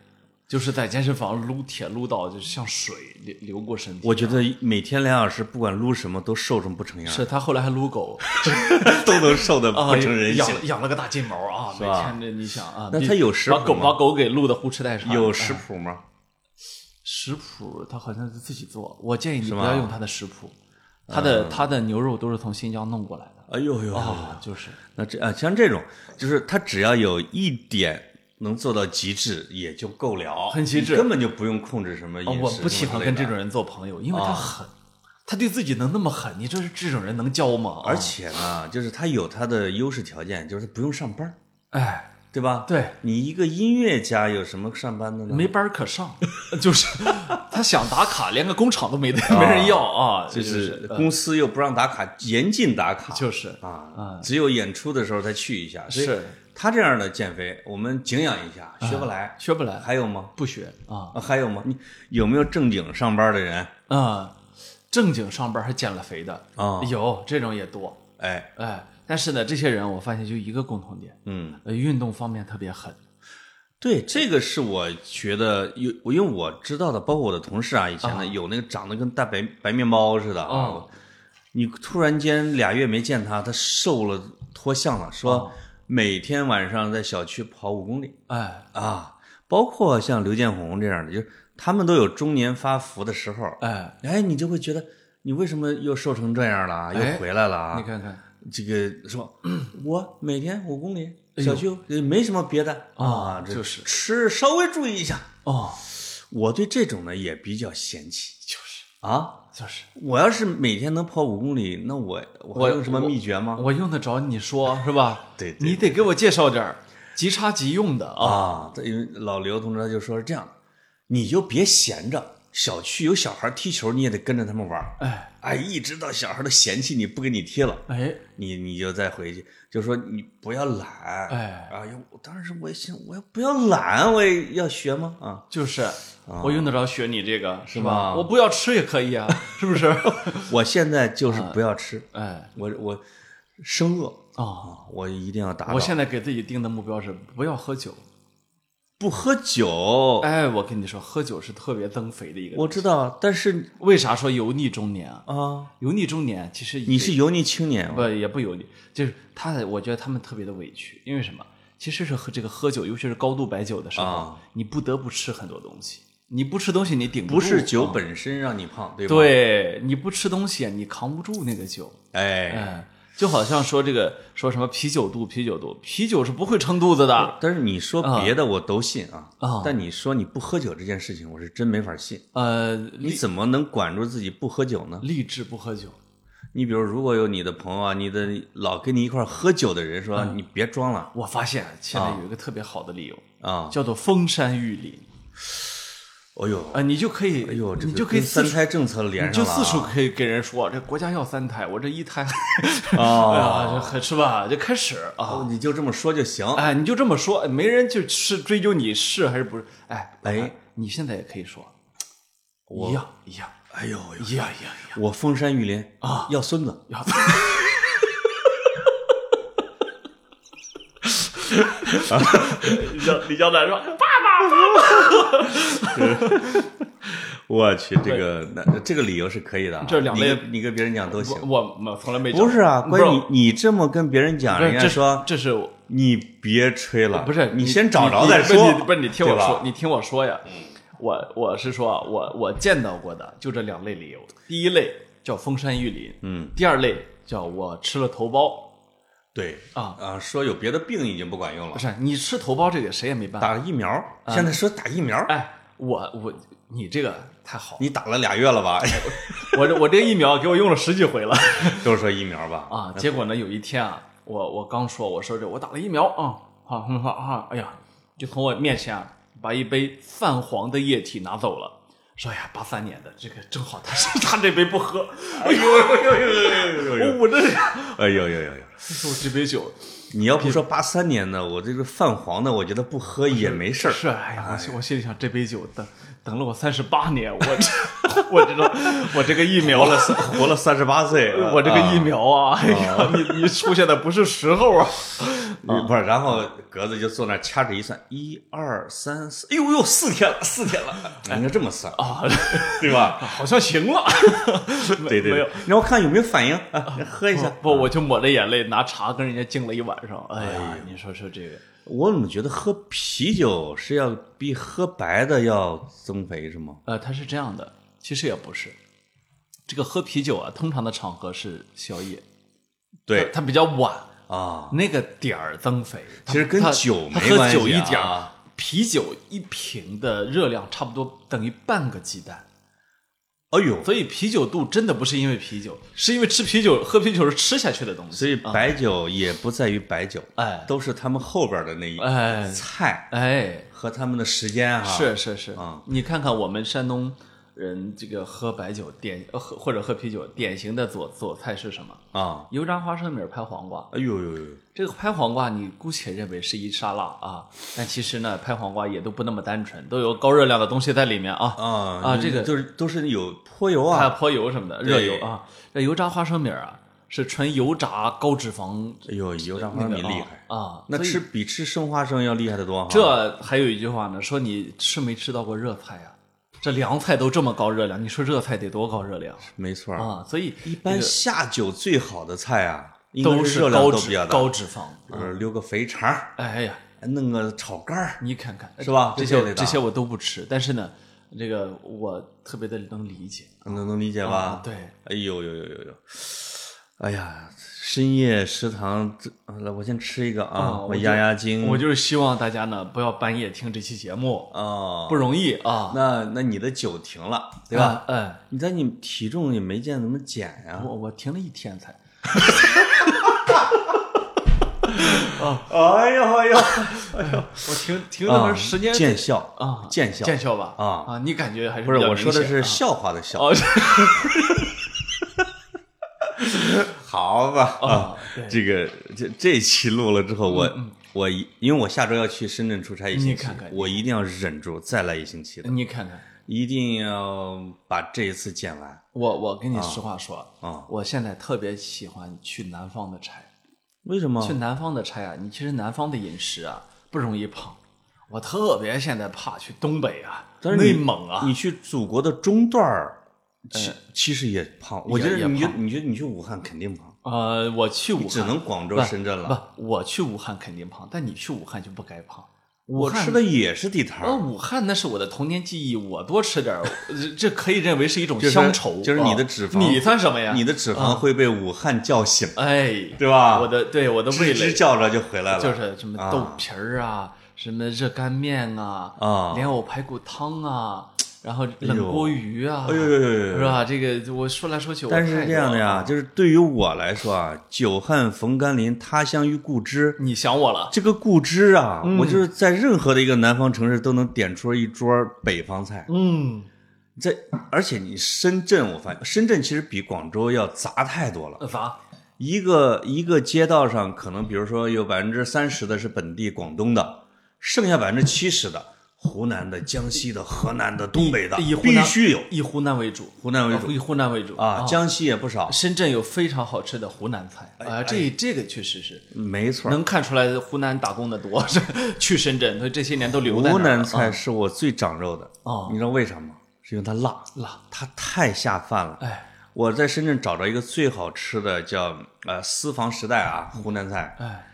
S1: 就是在健身房撸铁撸到就像水流流过身体。
S2: 我觉得每天两小时，不管撸什么都瘦成不成样，
S1: 是他后来还撸狗
S2: 都能瘦的
S1: 啊
S2: 不，成人
S1: 养
S2: 形
S1: 了。养了个大金毛啊，每
S2: 吧
S1: 天这你想啊，
S2: 那
S1: 比
S2: 他有食
S1: 把
S2: 谱
S1: 狗
S2: 吗
S1: 把狗给撸的呼哧带舌，
S2: 有食谱吗？
S1: 食谱他好像是自己做，我建议你
S2: 是
S1: 不
S2: 吗嗯
S1: 要用他的食谱，他的他的牛肉都是从新疆弄过来的
S2: 哎呦呦，
S1: 啊，就是
S2: 那这啊，像这种，就是他只要有一点能做到极致，也就够了，
S1: 很极致
S2: 你根本就不用控制什么饮
S1: 啊
S2: 食。
S1: 我不喜欢跟这
S2: 种。
S1: 种人做朋友，因
S2: 啊
S1: 为他狠，他对自己能那么狠，你这是这种人能交吗？啊
S2: 而且呢，就是他有他的优势条件，就是不用上班儿，
S1: 哎，
S2: 对吧？，
S1: 对，
S2: 你一个音乐家有什么上班的呢？
S1: 没班儿可上， 就是他想打卡，连个工厂都没得， 没人要啊，
S2: 就
S1: 就是
S2: 是公司又不让打卡，严禁打卡，
S1: 就是嗯
S2: 啊，只有演出的时候才去一下。所以
S1: 是嗯
S2: 他这样的减肥，我们敬仰一下，学不来。
S1: 学不来，
S2: 还有吗？
S1: 不学啊
S2: 啊，还有吗？你有没有正经上班的人？
S1: 啊，正经上班还减了肥的
S2: 啊
S1: 有这种也多，
S2: 哎，
S1: 哎，但是呢，这些人我发现就一个共同点，
S2: 嗯，
S1: 呃，运动方面特别狠，
S2: 对，这个是我觉得有，我因为我知道的，包括我的同事啊，以前呢、有那个长得跟大白白面包似的啊，
S1: 哦
S2: 你突然间俩月没见他，他瘦了脱相了，说每天晚上在小区跑五公里
S1: 哎
S2: 啊，包括像刘建宏这样的，就是他们都有中年发福的时候，
S1: 哎，
S2: 哎，你就会觉得你为什么又瘦成这样了啊，又
S1: 哎
S2: 回来了啊？
S1: 你看看，
S2: 这个说， 我每天五公里，小区也没什么别的
S1: 啊
S2: 这
S1: 就是
S2: 吃稍微注意一下。
S1: 哦，
S2: 我对这种呢也比较嫌弃
S1: 就是
S2: 啊。
S1: 就是，
S2: 我要是每天能跑五公里，那我我
S1: 我
S2: 还有什么秘诀吗？
S1: 我用得着你说是吧？
S2: 对对
S1: 你得给我介绍点儿即插即用的啊，
S2: 啊，对因为老刘同志他就说是这样的，你就别闲着，小区有小孩踢球，你也得跟着他们玩儿。
S1: 哎
S2: 哎，一直到小孩都嫌弃你不给你踢了。
S1: 哎，
S2: 你你就再回去，就说你不要懒，
S1: 哎
S2: 啊，要我当时我也想，我要不要懒，啊我也要学吗？啊，
S1: 就是。我用得着学你这个是吧？
S2: 吧
S1: 我不要吃也可以啊， 是不是？
S2: 我现在就是
S1: 啊
S2: 不要吃，
S1: 哎，
S2: 我我生饿
S1: 哦，
S2: 啊，我一定要达到。
S1: 我现在给自己定的目标是不要喝酒。
S2: 不喝酒，
S1: 哎，我跟你说，喝酒是特别增肥的一个。
S2: 哦我知道，但是
S1: 为啥说油腻中年啊？
S2: 啊，
S1: 油腻中年其实也
S2: 你是油腻青年
S1: 不也不油腻，就是他的，我觉得他们特别的委屈，因为什么？其实是喝这个喝酒，尤其是高度白酒的时候，
S2: 啊
S1: 你不得不吃很多东西。你不吃东西，你顶
S2: 不
S1: 住
S2: 是酒
S1: 啊
S2: 本身让你胖，对吧？对，
S1: 对，你不吃东西，你扛不住那个酒。
S2: 哎，
S1: 哎，就好像说这个说什么啤酒肚，啤酒肚，啤酒是不会撑肚子的
S2: 但是你说别的我都信啊，
S1: 啊。
S2: 但你说你不喝酒这件事情，我是真没法信。
S1: 呃，
S2: 你
S1: 励
S2: 怎么能管住自己不喝酒呢？
S1: 励志不喝酒，
S2: 你比如，如果有你的朋友啊，你的老跟你一块儿喝酒的人说，
S1: 啊
S2: 你别装了
S1: 我发现现在有一个特别好的理由，
S2: 啊！
S1: 叫做封山育林
S2: 哎呦，
S1: 啊，你就可以，
S2: 哎呦，这
S1: 你
S2: 个
S1: 就可以
S2: 跟
S1: 四
S2: 三
S1: 处，
S2: 胎政策
S1: 你
S2: 连
S1: 就
S2: 上了啊，
S1: 四处可以给人说，这国家要三胎，我这一 胎，哎呀，
S2: 啊
S1: 这很是吧？就开始啊，
S2: 哦，你就这么说就行。
S1: 哎，你就这么说，哎没人就是追究你是还是不是，哎
S2: 哎，
S1: 你现在也可以说，
S2: 我
S1: 一样一样
S2: 哎呦，
S1: 一样一样一样
S2: 我封山育林
S1: 啊，
S2: 要孙子，
S1: 一 样，李江李江南说，爸
S2: 我去，这个那这个理由是可以的啊，
S1: 这两
S2: 你跟
S1: 类
S2: 你跟别人讲都行。
S1: 我我从来没
S2: 不是啊，
S1: 不
S2: 关
S1: 是
S2: 键你你这么跟别人讲，
S1: 不是
S2: 人家
S1: 这
S2: 说
S1: 这是我
S2: 你别吹了，
S1: 不是
S2: 你先找着再
S1: 你
S2: 说，
S1: 你不是你听我
S2: 对吧嗯
S1: 说，，你听我说呀，我我是说啊，我我见到过的就这两类理由，第一类叫封山育林，
S2: 嗯，
S1: 第二类叫我吃了头孢。
S2: 对
S1: 啊
S2: 啊，说有别的病已经不管用
S1: 不
S2: 了，
S1: 是啊你吃头孢这个谁也没办法。
S2: 打了疫苗，现在说打疫苗，
S1: 哎，我我你这个太好，了，
S2: 你打了俩月了吧？
S1: 我这我这疫苗给我用了十几回了
S2: 都是说疫苗吧？
S1: 啊。结果呢，有一天啊，我我刚说我说这我打了疫苗啊，好很好啊，哎呀，就从我面前啊把一杯泛黄的液体拿走了。说哎呀，八三年的这个正好，他是他这杯不喝，
S2: 哎哎呦呦呦呦呦呦呦！
S1: 我捂着这，
S2: 哎呦呦呦呦！
S1: 这是我这杯酒，
S2: 你要不说八三年的，我这个泛黄的，我觉得不喝也没事儿。
S1: 是，哎呀，我心我心里想，这杯酒等等了我三十八年，我这 我这个我这个疫苗
S2: 活 了三活了三十八岁，啊
S1: 我这个疫苗啊，哎呀，你你出现的不是时候啊！
S2: 不是，然后格子就坐那儿掐指一算，一二三四，哎呦呦，四天了， 四天了，哎，应该这么算，
S1: 啊，
S2: 对吧？
S1: 好像行了，没
S2: 对对
S1: 没有哦
S2: 对，然后看有没有反应，啊喝一下。
S1: 不，我就抹着眼泪拿茶跟人家敬了一晚上。哎呀，你说说这个，
S2: 我怎么觉得喝啤酒是要比喝白的要增肥是吗？
S1: 呃，它是这样的，其实也不是。这个喝啤酒啊，通常的场合是宵夜，
S2: 对
S1: 它它比较晚，
S2: 啊，
S1: 那个点儿增肥。它
S2: 其实跟
S1: 它
S2: 酒
S1: 它
S2: 没
S1: 喝
S2: 关系
S1: 酒一点儿
S2: 啊，
S1: 啤酒一瓶的热量差不多等于半个鸡蛋。
S2: 哎呦，
S1: 所以啤酒肚真的不是因为啤酒，是因为吃啤酒、喝啤酒是吃下去的东西。
S2: 所以白酒也不在于白酒，
S1: 哎
S2: 都是他们后边的那一
S1: 哎
S2: 菜
S1: 哎，
S2: 和他们的时间哈。
S1: 是是是
S2: 啊，
S1: 啊你看看我们山东人这个喝白酒典呃喝或者喝啤酒典型的佐佐菜是什么？
S2: 啊，
S1: 油炸花生米儿拍黄瓜。
S2: 哎呦呦呦，
S1: 这个拍黄瓜，你姑且认为是一沙拉啊，但其实呢，拍黄瓜也都不那么单纯，都有高热量的东西在里面啊。
S2: 啊
S1: 啊这个
S2: 就是都是有泼油
S1: 还有
S2: 啊，
S1: 泼油什么的，热
S2: 对
S1: 油啊。这油炸花生米儿啊，是纯油炸高脂肪
S2: 哎呦，油炸花
S1: 那
S2: 生
S1: 个
S2: 米厉害，
S1: 啊。
S2: 那
S1: 所以
S2: 吃比吃生花生要厉害的多哈。
S1: 这还有一句话呢，说你吃没吃到过热菜呀、这凉菜都这么高热量，你说热菜得多高热量
S2: 没错儿，
S1: 啊？所以
S2: 一般
S1: 这个
S2: 下酒最好的菜啊，应该
S1: 都
S2: 是热量
S1: 高
S2: 都比
S1: 脂
S2: 较大
S1: 高脂肪。
S2: 就是溜个肥肠儿，
S1: 哎呀，
S2: 弄个炒肝儿，
S1: 你看看
S2: 是吧
S1: 这
S2: 这类
S1: 些
S2: 的啊
S1: 这些我都不吃，但是呢，这个我特别的能理解
S2: 能能理解
S1: 啊
S2: 吧。？
S1: 对，
S2: 哎呦呦呦呦呦！哎呀，深夜食堂，这啊来我先吃一个啊，
S1: 啊我
S2: 我
S1: 就
S2: 压压惊。
S1: 我就是希望大家呢不要半夜听这期节目，
S2: 哦，
S1: 不容易啊，
S2: 那那你的酒停了，对吧？
S1: 啊？哎，
S2: 你在你体重也没见怎么减呀、
S1: 我我停了一天才，
S2: 哎呦哎呦，
S1: 我停停了会儿时间
S2: 见效
S1: 啊，
S2: 见效
S1: 见效吧
S2: 啊
S1: 啊，你感觉还是
S2: 不是
S1: 比较
S2: 我说的
S1: 明显
S2: 是笑话的笑，
S1: 哦。
S2: 好吧
S1: 啊对
S2: 这个这这期录了之后，我、我一因为我下周要去深圳出差一星期，
S1: 你看看
S2: 我一定要忍住再来一星期的，
S1: 你看看，
S2: 一定要把这一次减完
S1: 我我跟你实话说，
S2: 啊！
S1: 我现在特别喜欢去南方的柴，
S2: 为什么？
S1: 去南方的柴啊，你其实南方的饮食啊不容易胖，我特别现在怕去东北啊，
S2: 但是
S1: 内
S2: 你
S1: 蒙啊，
S2: 你去祖国的中段儿，其其实也胖，嗯我觉
S1: 也
S2: 得你就
S1: 胖
S2: 你觉得你去武汉肯定胖，
S1: 呃，我去武汉
S2: 只能广州、
S1: 不
S2: 深圳了。
S1: 不，我去武汉肯定胖，但你去武汉就不该胖。武
S2: 我
S1: 汉
S2: 吃的也是地摊
S1: 呃，
S2: 儿，
S1: 武汉那是我的童年记忆，我多吃点儿，这这可以认为是一种
S2: 就是
S1: 乡愁，
S2: 就是你
S1: 啊
S2: 的脂肪
S1: 你算什么呀？
S2: 你的脂肪会被武汉叫醒，
S1: 哎，
S2: 哎嗯 对吧？
S1: 我的对我的味
S2: 吱
S1: 蕾
S2: 吱叫着就回来了，
S1: 就是什么豆皮儿啊，什么热干面啊，
S2: 啊
S1: 莲藕排骨汤啊，然后冷锅鱼啊，
S2: 哎呦呦呦呦呦
S1: 是吧？这个我说来说去，我
S2: 但
S1: 太
S2: 是
S1: 多
S2: 这样的呀，
S1: 了，
S2: 就是对于我来说啊，久旱逢甘霖，他乡遇故知。
S1: 你想我了，
S2: 这个故知啊，我就是在任何的一个南方城市都能点出一桌北方菜。
S1: 嗯，
S2: 在而且你深圳，我发现深圳其实比广州要杂太多了。
S1: 呃啥？
S2: 一个一个街道上，可能比如说有百分之三十的是本地广东的，剩下百分之七十的湖南的、江西的、河南的、东北的
S1: 以，湖
S2: 必
S1: 南
S2: 须有
S1: 以湖南为主，
S2: 湖南为
S1: 啊
S2: 主
S1: 以湖南为主
S2: 啊。江西也不少，
S1: 深圳有非常好吃的湖南菜
S2: 哎
S1: 啊，这这个确实是
S2: 没错。
S1: 能看出来湖南打工的多， 是去深圳， 所以这些年都留在那儿
S2: 湖
S1: 了
S2: 南
S1: 啊
S2: 菜是我最长肉的
S1: 哦
S2: 你知道为啥吗？是因为它辣，
S1: 辣，
S2: 它太下饭了。
S1: 哎
S2: 我在深圳找着一个最好吃的叫呃私房时代啊，湖南菜。
S1: 哎，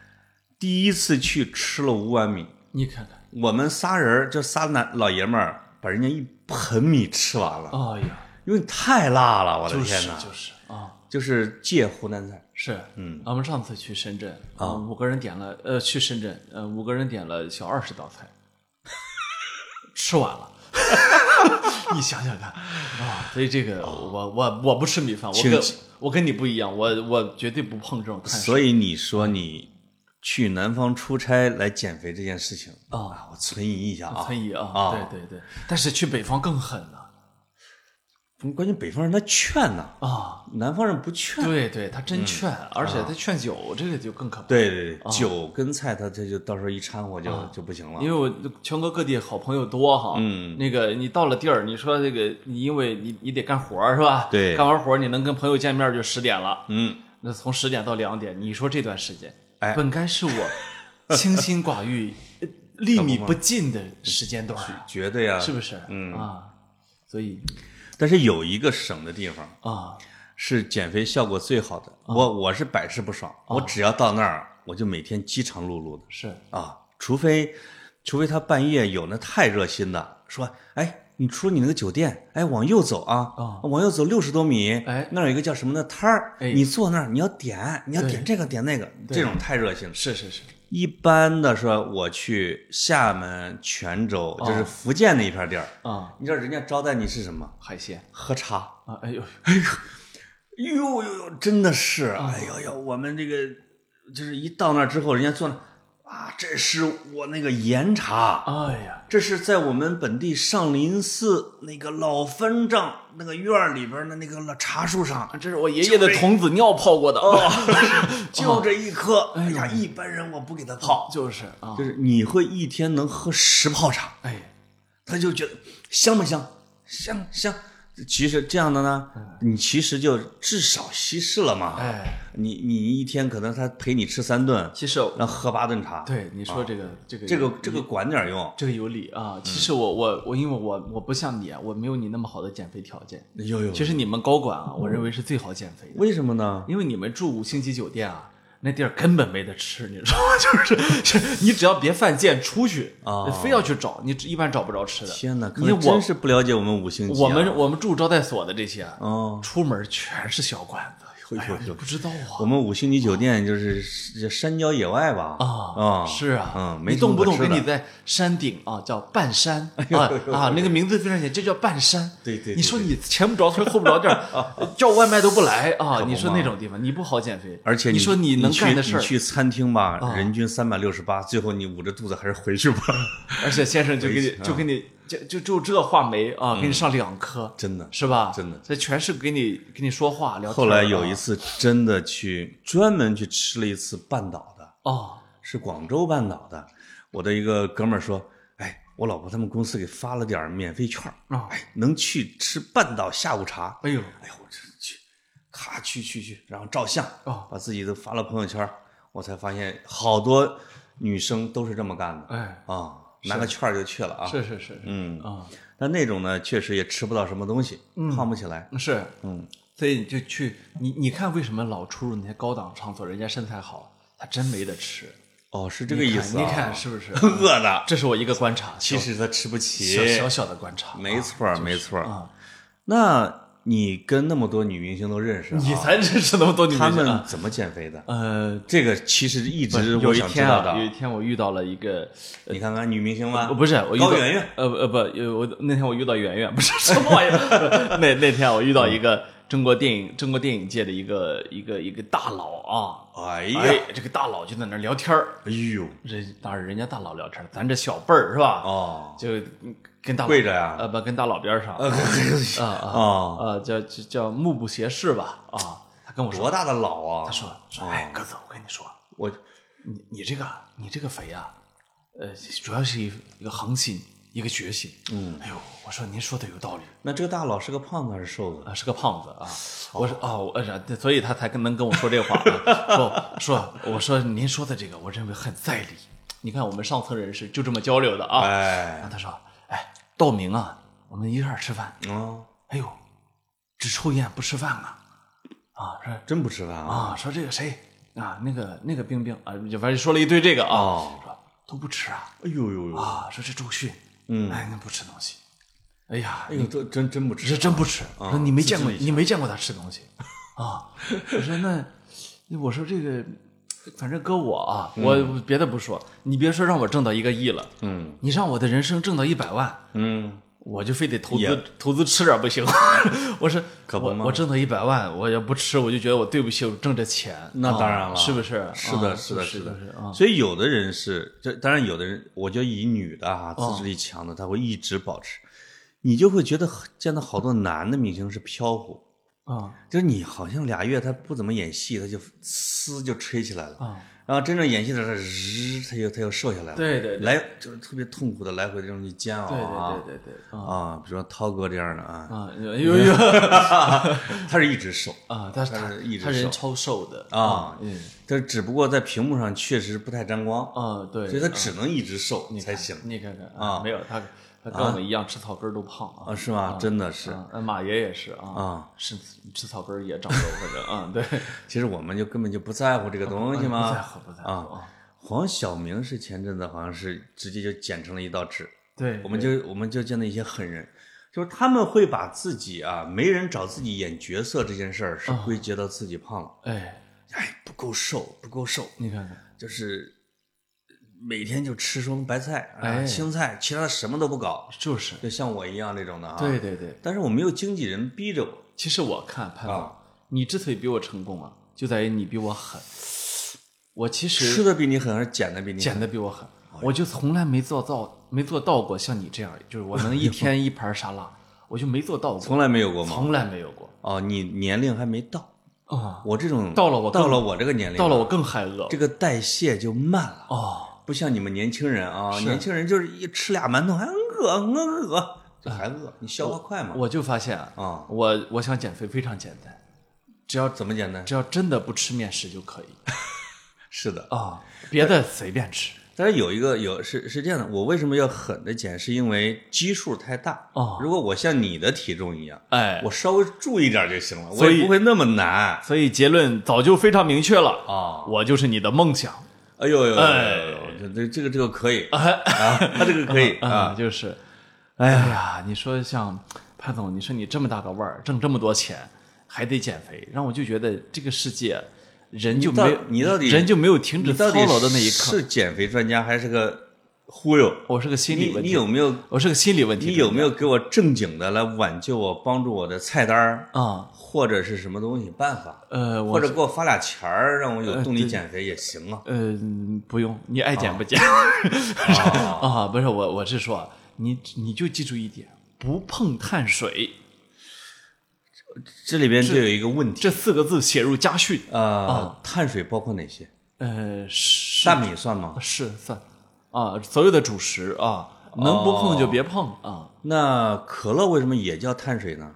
S2: 第一次去吃了五碗米，
S1: 你看看，
S2: 我们仨人儿就仨男老爷们儿把人家一盆米吃完了，
S1: 哎呀，
S2: 因为太辣了，我的
S1: 就是
S2: 天哪！
S1: 就是啊。
S2: 就是借湖南菜，
S1: 是，嗯，我们上次去深圳啊、五个人点了，呃，去深圳，呃，五个人点了小二十道菜，吃完了。 你想想看啊，所以这个我我我不吃米饭，我
S2: 请
S1: 跟我跟你不一样，我我绝对不碰这种碳水。
S2: 所以你说你去南方出差来减肥这件事情
S1: 哦
S2: 啊，我存疑一下啊，
S1: 所以啊，
S2: 啊
S1: 对对对，但是去北方更狠了、
S2: 关键北方人他劝呐、
S1: 啊，
S2: 南方人不劝。
S1: 对嗯啊对，他真劝，而且他劝酒，这个就更可怕。
S2: 对对对，酒跟菜他他就到时候一掺和就就不行
S1: 哦
S2: 了
S1: 因。为我全国各地好朋友多哈，
S2: 嗯
S1: 那个你到了地儿，你说这个，你因为你你得干活儿是吧？
S2: 对
S1: 干完活儿你能跟朋友见面就十点了，
S2: 嗯，
S1: 那从十点到两点，你说这段时间，
S2: 哎
S1: 本该是我清心寡欲、呃粒米不进的时间段啊，
S2: 绝对 啊。
S1: 是不是？嗯啊，所以
S2: 但是有一个省的地方
S1: 啊，
S2: 是减肥效果最好的，我我是百试不爽，
S1: 啊
S2: 我只要到那儿我就每天饥肠辘辘的。
S1: 是
S2: 啊，除非除非他半夜有那太热心的说，哎，你出你那个酒店，哎，往右走啊，
S1: 啊
S2: 往右走六十多米，
S1: 哎
S2: 那儿有一个叫什么的摊儿，
S1: 哎
S2: 你坐那儿你要点，你要
S1: 对
S2: 点这个点那个，这种太热心了。
S1: 是是是，
S2: 一般的说，我去厦门、泉州，就是福建那一片地儿，
S1: 啊，
S2: 你知道人家招待你是什么？
S1: 海鲜
S2: 喝茶。
S1: 啊，哎 呦，
S2: 哎呦呦呦，真的是，哎呦呦，我们这个就是一到那儿之后，人家坐那儿啊，这是我那个岩茶，
S1: 哎呀，
S2: 这是在我们本地上林寺那个老方丈那个院儿里边的那个老茶树上，
S1: 啊
S2: 哦
S1: 这是哦我爷爷的童子尿泡过的，
S2: 就这一颗，哎呀，一般人我不给他泡，
S1: 就是啊，
S2: 就是你会一天能喝十泡茶，
S1: 哎，
S2: 他就觉得香不香？香香。其实这样的呢，你其实就至少稀释了嘛。
S1: 哎，
S2: 你你一天可能他陪你吃三顿，
S1: 其实
S2: 然后喝八顿茶，，
S1: 对你说这个这个
S2: 啊这个嗯这个管点用。
S1: 这个有理啊。其实我我我因为我我不像你，啊我没有你那么好的减肥条件。
S2: 有有，
S1: 其实你们高管啊，我认为是最好减肥的，
S2: 为什么呢？
S1: 因为你们住五星级酒店啊，那地儿根本没得吃，你知道吗？ 就是是你只要别犯贱出去
S2: 啊
S1: 非要去找，你一般找不着吃的。
S2: 天哪，可
S1: 你
S2: 能真
S1: 我
S2: 是不了解我们五星级啊。
S1: 我们我们住招待所的这些啊，
S2: 哦
S1: 出门全是小馆子，
S2: 呦
S1: 哎呀，
S2: 呦
S1: 你不知道啊。
S2: 我们五星级酒店就是山郊野外吧？
S1: 啊
S2: 啊
S1: 是啊，
S2: 嗯，没
S1: 你
S2: 什
S1: 动
S2: 么
S1: 不动
S2: 可吃
S1: 给
S2: 的哎
S1: 你在山顶啊，叫半山啊啊，那个名字非常简，这叫半山。
S2: 对对对啊
S1: 你说你前不着村后不着店儿，叫外卖都不来啊！你说那种地方你不好减肥，
S2: 而且
S1: 你说
S2: 你
S1: 能
S2: 去
S1: 干的事儿啊
S2: 你，去餐厅吧，人均三百六十八，最后你捂着肚子还是回 去吧。
S1: 而且先生就给你
S2: 啊
S1: 就给你就就就这话梅啊，给你上两颗，
S2: 嗯真的
S1: 是吧？
S2: 真的
S1: 这全是给你给你说话聊天儿啊。
S2: 后来有一次真的去专门去吃了一次半岛的，
S1: 哦，
S2: 是广州半岛的。我的一个哥们儿说：“哎，我老婆他们公司给发了点儿免费券儿，
S1: 啊
S2: 哎，能去吃半岛下午茶。
S1: 哎呦，
S2: 哎呦，我这去，咔去去去，然后照相，
S1: 哦
S2: 把自己都发了朋友圈儿，我才发现好多女生都是这么干的
S1: 哎，
S2: 啊，拿个券儿就去了啊。
S1: 是是是是
S2: 嗯，
S1: 啊，
S2: 但那种呢，确实也吃不到什么东西，胖不起来。
S1: 是
S2: 嗯，
S1: 所以你就去你你看为什么老出入那些高档场所，人家身材好，他真没得吃，
S2: 哦，是这个意思、啊
S1: 你 看是不是？
S2: 饿的，
S1: 这是我一个观察，
S2: 其实他吃不起。
S1: 小小小小的观察，
S2: 啊没错儿，没错儿
S1: 啊。
S2: 那你跟那么多女明星都认识啊？
S1: 你才认识那么多女
S2: 他
S1: 明星
S2: 们
S1: 啊。
S2: 怎么减肥的？
S1: 呃，
S2: 这个其实一直
S1: 有
S2: 我
S1: 一
S2: 想知
S1: 天
S2: 道的
S1: 啊，有。一天我遇到了一个，
S2: 你看看女明星
S1: 呃
S2: 吗？
S1: 不是我遇到
S2: 高圆圆，
S1: 呃呃不，呃我那天我遇到圆圆，不是什么玩意儿。 那那天我遇到一个中国电影中国电影界的一个一个一个大佬啊，
S2: 哎
S1: 哎
S2: 呀，，
S1: 这个大佬就在那儿聊天儿，
S2: 哎呦，
S1: 人当然人家大佬聊天儿，咱这小辈儿是吧？
S2: 哦，
S1: 就跟大佬
S2: 跪着呀
S1: 呃不跟大佬边儿上
S2: 呃，
S1: 啊
S2: 哦
S1: 啊，叫叫叫目不斜视吧啊，他跟我说，
S2: 多大的佬啊！
S1: 他说说哎鸽子，我跟你说，
S2: 我
S1: 你你这个你这个肥啊，呃，主要是一一个恒心，一个决心。嗯，哎呦，我说您说的有道理
S2: 那这个大佬是个胖子还是瘦子？
S1: 啊，是个胖子啊。我说啊，我呃对所以他才跟能跟我说这话啊。说说我说您说的这个，我认为很在理。你看我们上层人士就这么交流的啊。然
S2: 哎
S1: 后，他说，哎，道明啊，我们一块儿吃饭，
S2: 哦，
S1: 哎呦，只抽烟不吃饭啊！啊，说
S2: 真不吃饭啊？
S1: 啊，说这个谁啊，那个那个冰冰啊，就反正说了一堆这个啊，
S2: 哦
S1: 说都不吃啊
S2: 哎呦呦呦，
S1: 啊，说这周迅，
S2: 嗯
S1: 哎，那不吃东西，哎呀，
S2: 哎呦，都真真不
S1: 这
S2: 吃。
S1: 真不吃，说你没见过
S2: 嗯自制一下
S1: 你没见过他吃东西啊，我说那那我说这个。反正搁我啊，我别的不说，你别说让我挣到一个亿了，
S2: 嗯
S1: 你让我的人生挣到一百万，
S2: 嗯，
S1: 我就非得投
S2: 也
S1: 资投资吃点不行？ 我是
S2: 可不
S1: 我
S2: 嘛
S1: 我挣到一百万，我要不吃，我就觉得我对不起我挣这钱。
S2: 那
S1: 啊
S2: 当然了
S1: 是不是？
S2: 是的，
S1: 啊
S2: 是的，
S1: 是
S2: 是
S1: 不是
S2: 的。
S1: 啊。
S2: 所以有的啊
S1: 哦
S2: 人是，这当然有的人，我觉得以女的哈自制力强的，她会一直保持。你就会觉得见到好多男的明星是飘忽，
S1: 啊
S2: 就是你好像俩月他不怎么演戏，他就呲就吹起来了，
S1: 啊，
S2: 然后真正演戏的时候，日他又他又瘦下来了，
S1: 对对对
S2: 来就是特别痛苦的来回这种去煎熬
S1: 对
S2: 啊，
S1: 对对对对啊
S2: 啊，比如说涛哥这样的啊，
S1: 啊，有有有哦
S2: 他是一直瘦
S1: 啊，但是
S2: 他
S1: 他
S2: 是一直
S1: 他
S2: 瘦
S1: 人超瘦的
S2: 啊
S1: 嗯
S2: 但只不过在屏幕上确实不太沾光，
S1: 啊，对，
S2: 所以他只能一直瘦才行
S1: 你看看
S2: 啊
S1: 没有他，他跟我们一样吃草根儿都胖啊
S2: 啊，是吗？真的是
S1: 啊，呃马爷也是啊，
S2: 啊，
S1: 吃吃草根儿也长肉，反正啊，对，
S2: 其实我们就根本就不在乎这个东西
S1: 不在
S2: 嘛。
S1: 乎不在乎
S2: 啊，黄晓明是前阵子好像是直接就剪成了一道纸，
S1: 对，
S2: 我们就我们就见到一些狠人，就是他们会把自己啊没人找自己演角色这件事儿是归结到自己胖了，
S1: 哎，
S2: 哎，不够瘦，不够瘦，
S1: 你看看，
S2: 就是每天就吃双白菜啊
S1: 哎
S2: 青菜，其他的什么都不搞，
S1: 就是，
S2: 就像我一样这种的啊。
S1: 对，对对，
S2: 但是我没有经纪人逼着我，
S1: 其实我看潘总
S2: 啊，
S1: 你之所以比我成功啊，就在于你比我狠，我其
S2: 吃
S1: 实
S2: 的比你狠还是减的比你狠？哎
S1: 减的比我狠，我就从来没做到没做到过像你这样，就是我能一天一盘沙 拉，我就没做到过，
S2: 从来没有过吗？
S1: 从来没有过
S2: 哦，你年龄还没到，
S1: 啊，
S2: 我这种
S1: 到了我更
S2: 到了我这个年龄，
S1: 到了我更嗨饿
S2: 这个代谢就慢了。
S1: 哦。
S2: 不像你们年轻人啊，
S1: 是
S2: 年轻人就是一吃俩馒头还饿饿饿，这还饿，你消化快嘛？
S1: 我就发现啊，
S2: 啊，
S1: 我我想减肥非常简单，
S2: 只要怎么 简单？
S1: 只要真的不吃面食就可以
S2: 是的，
S1: 啊，别的随便吃
S2: 但是有一个有是是这样的，我为什么要狠的减？是因为基数太大。
S1: 哦
S2: 如果我像你的体重一样，
S1: 哎。
S2: 我稍微注意点就行了，我
S1: 所以
S2: 也不会那么难
S1: 所以结论早就非常明确了，
S2: 啊。
S1: 我就是你的梦想
S2: 哎呦呦呦呦
S1: 哎
S2: 呦呦，这这这个这个 可以啊，他这个可以
S1: 啊、
S2: 啊，
S1: 就是，哎呀，你说像潘总，你说你这么大个腕儿，挣这么多钱，还得减肥，让我就觉得这个世界人就
S2: 你到
S1: 没有
S2: 你到底
S1: 人就没有停
S2: 你
S1: 止操
S2: 到底
S1: 劳的那一刻。
S2: 是减肥专家还是个忽悠？
S1: 我是个心理
S2: 你
S1: 问
S2: 你
S1: 题，
S2: 有没有
S1: 我是个心理问题。啊
S2: 你有没有给我正经的来挽救我、帮助我的菜单儿，
S1: 啊？
S2: 或者是什么东西办法？
S1: 呃，我
S2: 或者给我发俩钱儿，让我有动力减肥也行啊。
S1: 呃，不用，你爱减不减
S2: 啊
S1: 啊？不是我，我是说，你你就记住一点，不碰碳水
S2: 这里边就有一个问题
S1: 这四个字写入家训。
S2: 啊，碳水包括哪些？
S1: 呃，是
S2: 大米算吗？
S1: 啊是算啊，所有的主食啊，能不
S2: 哦
S1: 碰就别碰啊，
S2: 那可乐为什么也叫碳水呢？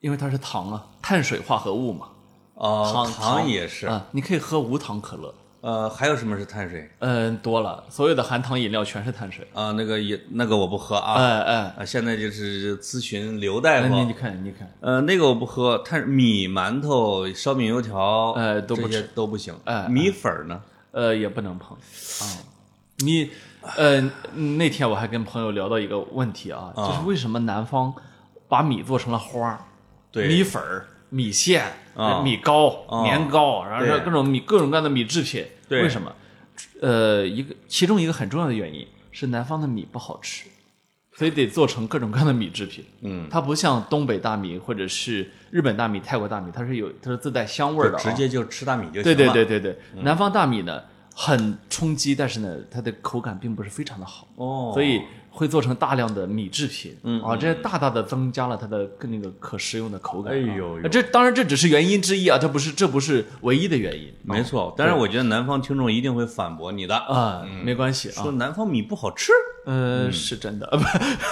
S1: 因为它是糖啊，碳水化合物嘛
S2: 啊，
S1: 糖
S2: 糖
S1: 糖
S2: 也是。
S1: 啊，你可以喝无糖可乐，
S2: 呃，还有什么是碳水？
S1: 嗯，多了，所有的含糖饮料全是碳水。
S2: 啊，那个也那个我不喝啊。
S1: 哎哎，
S2: 啊，现在就是咨询刘大
S1: 那
S2: 夫
S1: 你，你看你看，
S2: 呃，那个我不喝，碳米、馒头、烧饼、油条，
S1: 呃都不
S2: 这些都不行。
S1: 哎
S2: 米粉儿呢？
S1: 呃，也不能碰啊。你，呃，那天我还跟朋友聊到一个问题啊，就是为什么南方把米做成了花儿
S2: 对
S1: 米粉儿、米线、
S2: 啊
S1: 米糕、
S2: 啊
S1: 年糕，然后
S2: 对
S1: 是各种米各种各样的米制品，
S2: 对
S1: 为什么？呃，一个其中一个很重要的原因是南方的米不好吃，所以得做成各种各样的米制品。
S2: 嗯，
S1: 它不像东北大米或者是日本大米、泰国大米，它是有它是自带香味儿的、啊，
S2: 直接就吃大米就行了。嗯
S1: 对对对。对对，南方大米呢很冲击，但是呢，它的口感并不是非常的好，
S2: 哦，嗯
S1: 所以会做成大量的米制品，啊，这大大的增加了它的更那个可食用的口感啊。
S2: 哎呦呦
S1: 这当然这只是原因之一啊，这不是这不是唯一的原因
S2: 没错。但是我觉得南方听众一定会反驳你的，
S1: 啊，没关系啊，
S2: 嗯说嗯南方米不好吃。
S1: 呃，是真的，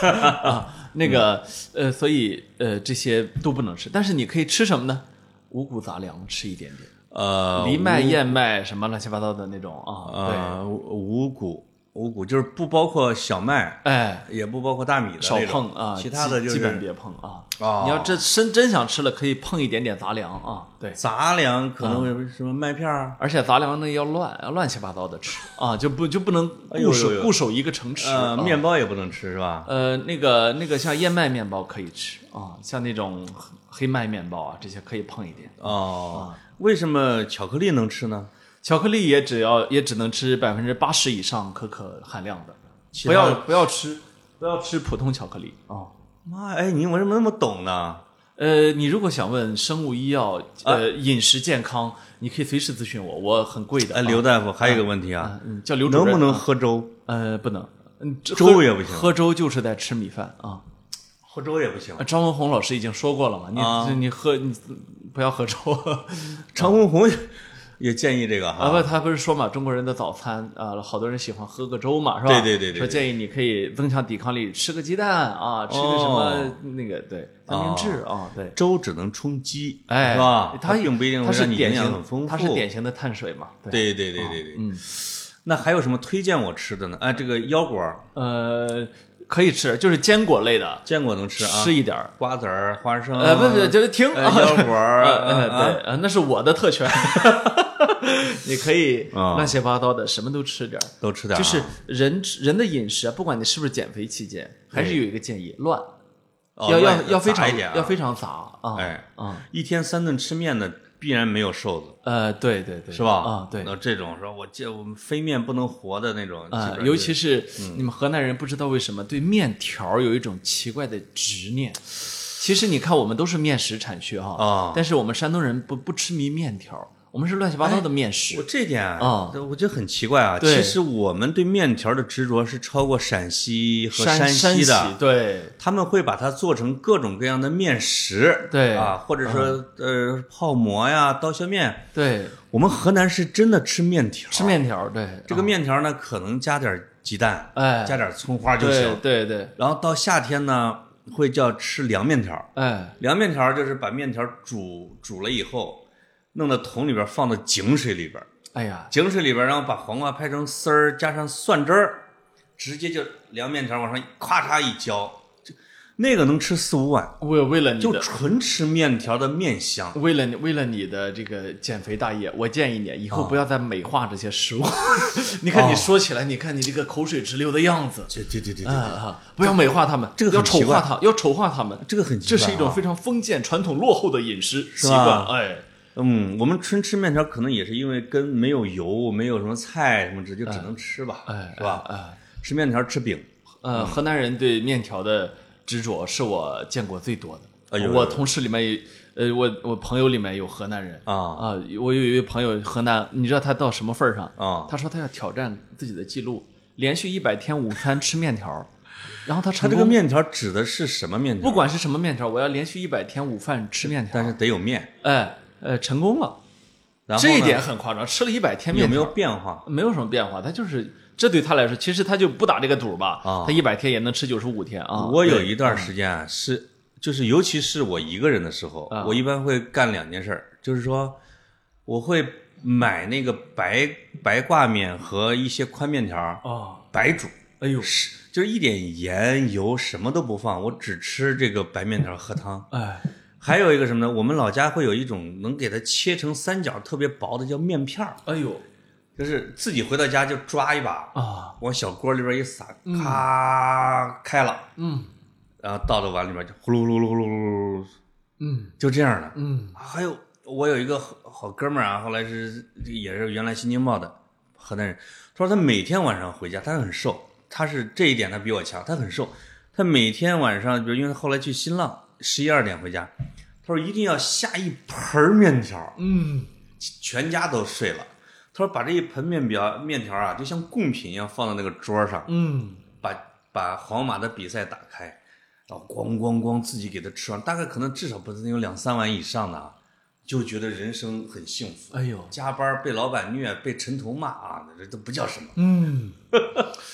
S1: 不啊，那个
S2: 嗯
S1: 呃，所以呃这些都不能吃，但是你可以吃什么呢？五谷杂粮吃一点点，
S2: 呃，
S1: 藜麦、燕麦什么乱七八糟的那种啊，对，
S2: 呃，五谷五谷就是不包括小麦，
S1: 哎。
S2: 也不包括大米的
S1: 少
S2: 那种
S1: 碰啊，
S2: 其他的
S1: 基
S2: 就
S1: 基本
S2: 是
S1: 别碰啊。
S2: 啊
S1: 你要这真真想吃了，可以碰一点点杂粮啊。对，
S2: 杂粮，可能
S1: 嗯
S2: 有什么麦片儿。
S1: 而且杂粮那要乱乱七八糟的吃啊，就不就不能
S2: 哎呦
S1: 固守
S2: 呦呦
S1: 固守一个城池
S2: 呃，
S1: 啊。
S2: 面包也不能吃是吧？
S1: 呃，那个那个像燕麦面包可以吃啊，像那种黑黑麦面包啊，这些可以碰一点。啊
S2: 哦，为什么巧克力能吃呢？
S1: 巧克力也只要也只能吃百分之八十以上可可含量的，
S2: 其
S1: 不
S2: 他
S1: 要不要吃不要吃普通巧克力啊。
S2: 妈，哎，你我怎么那么懂呢？
S1: 呃，你如果想问生物医
S2: 啊
S1: 药、呃饮食健康，你可以随时咨询我，我很贵的。
S2: 哎，刘大夫，还有一个问题啊，
S1: 嗯，叫刘主
S2: 能
S1: 任。
S2: 不能喝粥？
S1: 呃，不能。嗯，这
S2: 粥
S1: 喝
S2: 也不行
S1: 喝粥就是在吃米饭啊。
S2: 喝粥也不行
S1: 啊。张文宏老师已经说过了嘛，你、
S2: 啊
S1: 你喝你不要 喝粥
S2: 张文宏也也建议这个
S1: 啊
S2: 哈，
S1: 不，他不是说嘛，中国人的早餐啊，好多人喜欢喝个粥嘛，是吧？
S2: 对对对对对
S1: 说建议你可以增强抵抗力，吃个鸡蛋啊，吃个什
S2: 哦
S1: 么那个对三明治啊，对。
S2: 粥只能充饥，
S1: 哎，
S2: 是吧？
S1: 它
S2: 并不一定
S1: 它是
S2: 让你
S1: 典
S2: 营
S1: 型
S2: 养很丰富。
S1: 它是典型的碳水嘛。，
S2: 对对对对对。
S1: 嗯，
S2: 那还有什么推荐我吃的呢？哎，这个腰果儿
S1: 呃，可以吃，就是坚果类的，
S2: 坚果能吃啊，
S1: 吃一点儿。
S2: 瓜子儿、花生，
S1: 呃，不不，就是 停，
S2: 呃腰果儿
S1: 呃呃
S2: 啊
S1: 对，呃那是我的特权， 你可以
S2: 啊
S1: 乱七八糟的，什么都吃点儿。
S2: 都吃点儿
S1: 就
S2: 啊，
S1: 是人人的饮食啊，不管你是不是减肥期间，还是有一个建议，乱，
S2: 哦
S1: 要要
S2: 乱
S1: 要非
S2: 杂一
S1: 常
S2: 点啊
S1: 要非常杂啊，
S2: 哎
S1: 啊，
S2: 一天三顿吃面的必然没有瘦子，
S1: 呃，对对对，
S2: 是吧？
S1: 啊，对。
S2: 那这种说我这我们非面不能活的那种，基
S1: 啊、
S2: 本上
S1: 尤
S2: 就
S1: 其是你们河南人，不知道为什么对面条儿有一种奇怪的执念。其实你看，我们都是面食产区哈，
S2: 啊
S1: 但是我们山东人不不痴迷面条儿，我们是乱七八糟的面食。
S2: 我这点
S1: 啊
S2: 我觉得很奇怪啊。
S1: 对
S2: 其实我们对面条的执着是超过陕西和
S1: 山
S2: 西的，
S1: 对，
S2: 他们会把它做成各种各样的面食，
S1: 对嗯
S2: 啊，或者说、呃泡馍呀、刀削面。
S1: 对，
S2: 我们河南是真的吃面条，啊
S1: 吃面条儿，对，
S2: 这个面条呢，可能加点鸡蛋，
S1: 哎
S2: 加点葱花就
S1: 对
S2: 行。
S1: 对对，
S2: 然后到夏天呢，会叫吃凉面条。
S1: 哎，
S2: 凉面条就是把面条煮煮了以后，弄到桶里边，放到井水里边，
S1: 哎呀，
S2: 井水里边，然后把黄瓜拍成丝儿，加上蒜汁儿，直接就凉面条往上咔嚓一浇，就那个能吃四五碗，
S1: 为为了你
S2: 就
S1: 的，
S2: 纯吃面条的面香。
S1: 为了你，为了你的这个减肥大业，我建议你以后不要再美化这些食物。 你看你说起来，你看你这个口水直流的样子，
S2: 对对对对
S1: 啊，啊！不要美化他们，
S2: 这个
S1: 要
S2: 很
S1: 丑
S2: 奇怪
S1: 化他，要丑化他们，
S2: 这个很奇
S1: 这
S2: 怪
S1: 是一种
S2: 啊
S1: 非常封建、传统、落后的饮食习
S2: 吧
S1: 惯。哎，
S2: 嗯，我们纯吃面条可能也是因为跟没有油、没有什么菜什么之，就只能吃吧，
S1: 哎
S2: 是吧？
S1: 哎，
S2: 吃面条吃饼，
S1: 呃，河南人对面条的执着是我见过最多
S2: 哎
S1: 的。
S2: 呦哎
S1: 我同事里面有，呃，我我朋友里面有河南人
S2: 啊
S1: 我有一位朋友河南，你知道他到什么份儿上
S2: 啊
S1: 他说他要挑战自己的记录，连续一百天午餐吃面 条，然后他
S2: 它
S1: 成
S2: 这个
S1: 功。
S2: 面条指的是什么面条？
S1: 不，管是什么面条，我要连续一百天午饭吃面条，
S2: 但是得有面。
S1: 哎呃成功了。
S2: 然后呢
S1: 这一点很夸张，吃了一百天面
S2: 有没
S1: 条
S2: 有变化？
S1: 没有什么变化，他就是这对他来说，其实他就不打这个赌吧，
S2: 啊
S1: 他一百天也能吃九十五天啊。
S2: 我有
S1: 对
S2: 一段时间啊，是就是尤其是我一个人的时候，
S1: 啊
S2: 我一般会干两件事儿，就是说我会买那个白白挂面和一些宽面条，
S1: 哦，
S2: 白煮，
S1: 哎呦，
S2: 是就是一点盐油什么都不放，我只吃这个白面条喝汤。
S1: 哎
S2: 还有一个什么呢？我们老家会有一种能给它切成三角特别薄的叫面片儿，
S1: 哎呦
S2: 就是自己回到家就抓一把，
S1: 啊，
S2: 往小锅里边一撒，咔开了，
S1: 嗯
S2: 然后倒到碗里边就呼噜噜噜噜噜噜噜，
S1: 嗯
S2: 就这样的。
S1: 嗯，
S2: 还有我有一个好好哥们儿啊，后来是也是原来新京报的河南人，他说他每天晚上回家，他很瘦，他是这一点他比我强，他很瘦，他每天晚上，比如因为他后来去新浪，十一二点回家，他说一定要下一盆儿面条，
S1: 嗯，
S2: 全家都睡了。他说把这一盆面表面条啊，就像贡品一样放到那个桌上，
S1: 嗯
S2: 把把皇马的比赛打开，然后咣咣咣自己给他吃完，大概可能至少不能有两三碗以上的啊，就觉得人生很幸福。
S1: 哎呦
S2: 加班被老板虐，被陈头骂啊，这都不叫什么，
S1: 嗯，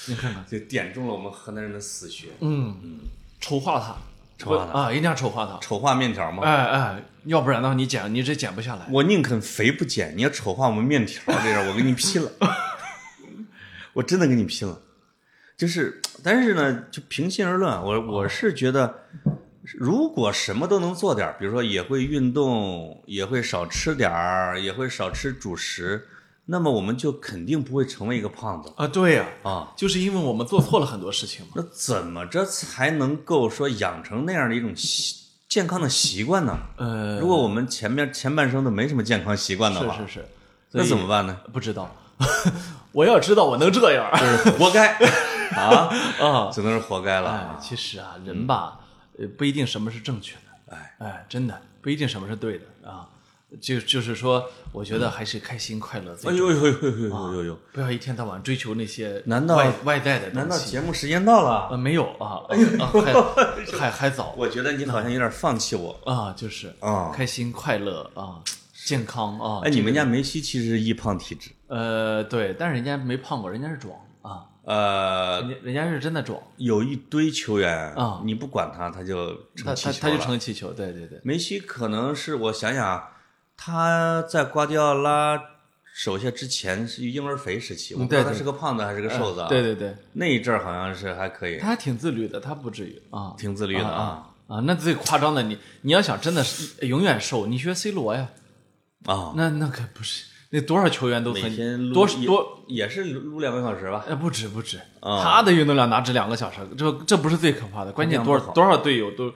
S1: 你看看，
S2: 就点中了我们河南人的死穴。
S1: 嗯，丑化他，
S2: 丑化他
S1: 不啊，一定要丑化他，
S2: 丑化面条吗？
S1: 哎哎，要不然的话你减你这减不下来。
S2: 我宁肯肥不减，你要丑化我们面条这样，我跟你拼 了，我真的跟你拼了。就是，但是呢，就平心而论啊，我我是觉得，如果什么都能做点儿，比如说也会运动，也会少吃点儿，也会少吃主食，那么我们就肯定不会成为一个胖子
S1: 啊，对呀、
S2: 啊。
S1: 就是因为我们做错了很多事情嘛。
S2: 那怎么着才能够说养成那样的一种习健康的习惯呢？
S1: 呃，
S2: 如果我们前面前半生都没什么健康习惯的话，
S1: 是是是，
S2: 那
S1: 所以
S2: 怎么办呢？
S1: 不知道， 我要知道我能这样儿
S2: 就是活 该啊，
S1: 啊。
S2: 只能是活该
S1: 哎，
S2: 了。
S1: 其实啊，人吧，呃，不一定什么是正确的，
S2: 哎
S1: 哎，真的不一定什么是对的啊。就就是说，我觉得还是开心快乐最
S2: 哎
S1: 重要。
S2: 呦呦呦呦呦呦呦！
S1: 不要一天到晚追求那些
S2: 难道
S1: 外外在的东西？
S2: 难道哎节目时间到了？
S1: 呃没有啊？啊 还还还早
S2: 我觉得你好像有点放弃我
S1: 啊，就是
S2: 啊！
S1: 开心快乐啊，健康啊。
S2: 哎，你们家梅西其实是易胖体质，
S1: 呃对，但是人家没胖过，人家是壮啊，
S2: 呃，
S1: 人家人家是真的壮，
S2: 有一堆球员
S1: 啊
S2: 你不管他，他就
S1: 他他
S2: 成气球
S1: 他就
S2: 了。
S1: 成了气球，对对对，
S2: 梅西可能是我想想啊，他在瓜迪奥拉手下之前是婴儿肥时期，我不知道
S1: 对对
S2: 他是个胖子还是个瘦子啊。
S1: 对对对，
S2: 那一阵儿好像是还可以，
S1: 他还挺自律的，他不至于啊，
S2: 挺自律的啊
S1: 啊啊，那最夸张的你你要想真的是永远瘦，你学 C 罗呀，
S2: 啊，
S1: 那那可不是，那多少球员都
S2: 每
S1: 很
S2: 天撸
S1: 多
S2: 也
S1: 多
S2: 也是撸两个小时吧。
S1: 呃，不止不止，
S2: 啊
S1: 他的运动量拿至两个小时，这这不是最可怕的，关键
S2: 量
S1: 多
S2: 不
S1: 少
S2: 好
S1: 多少队友都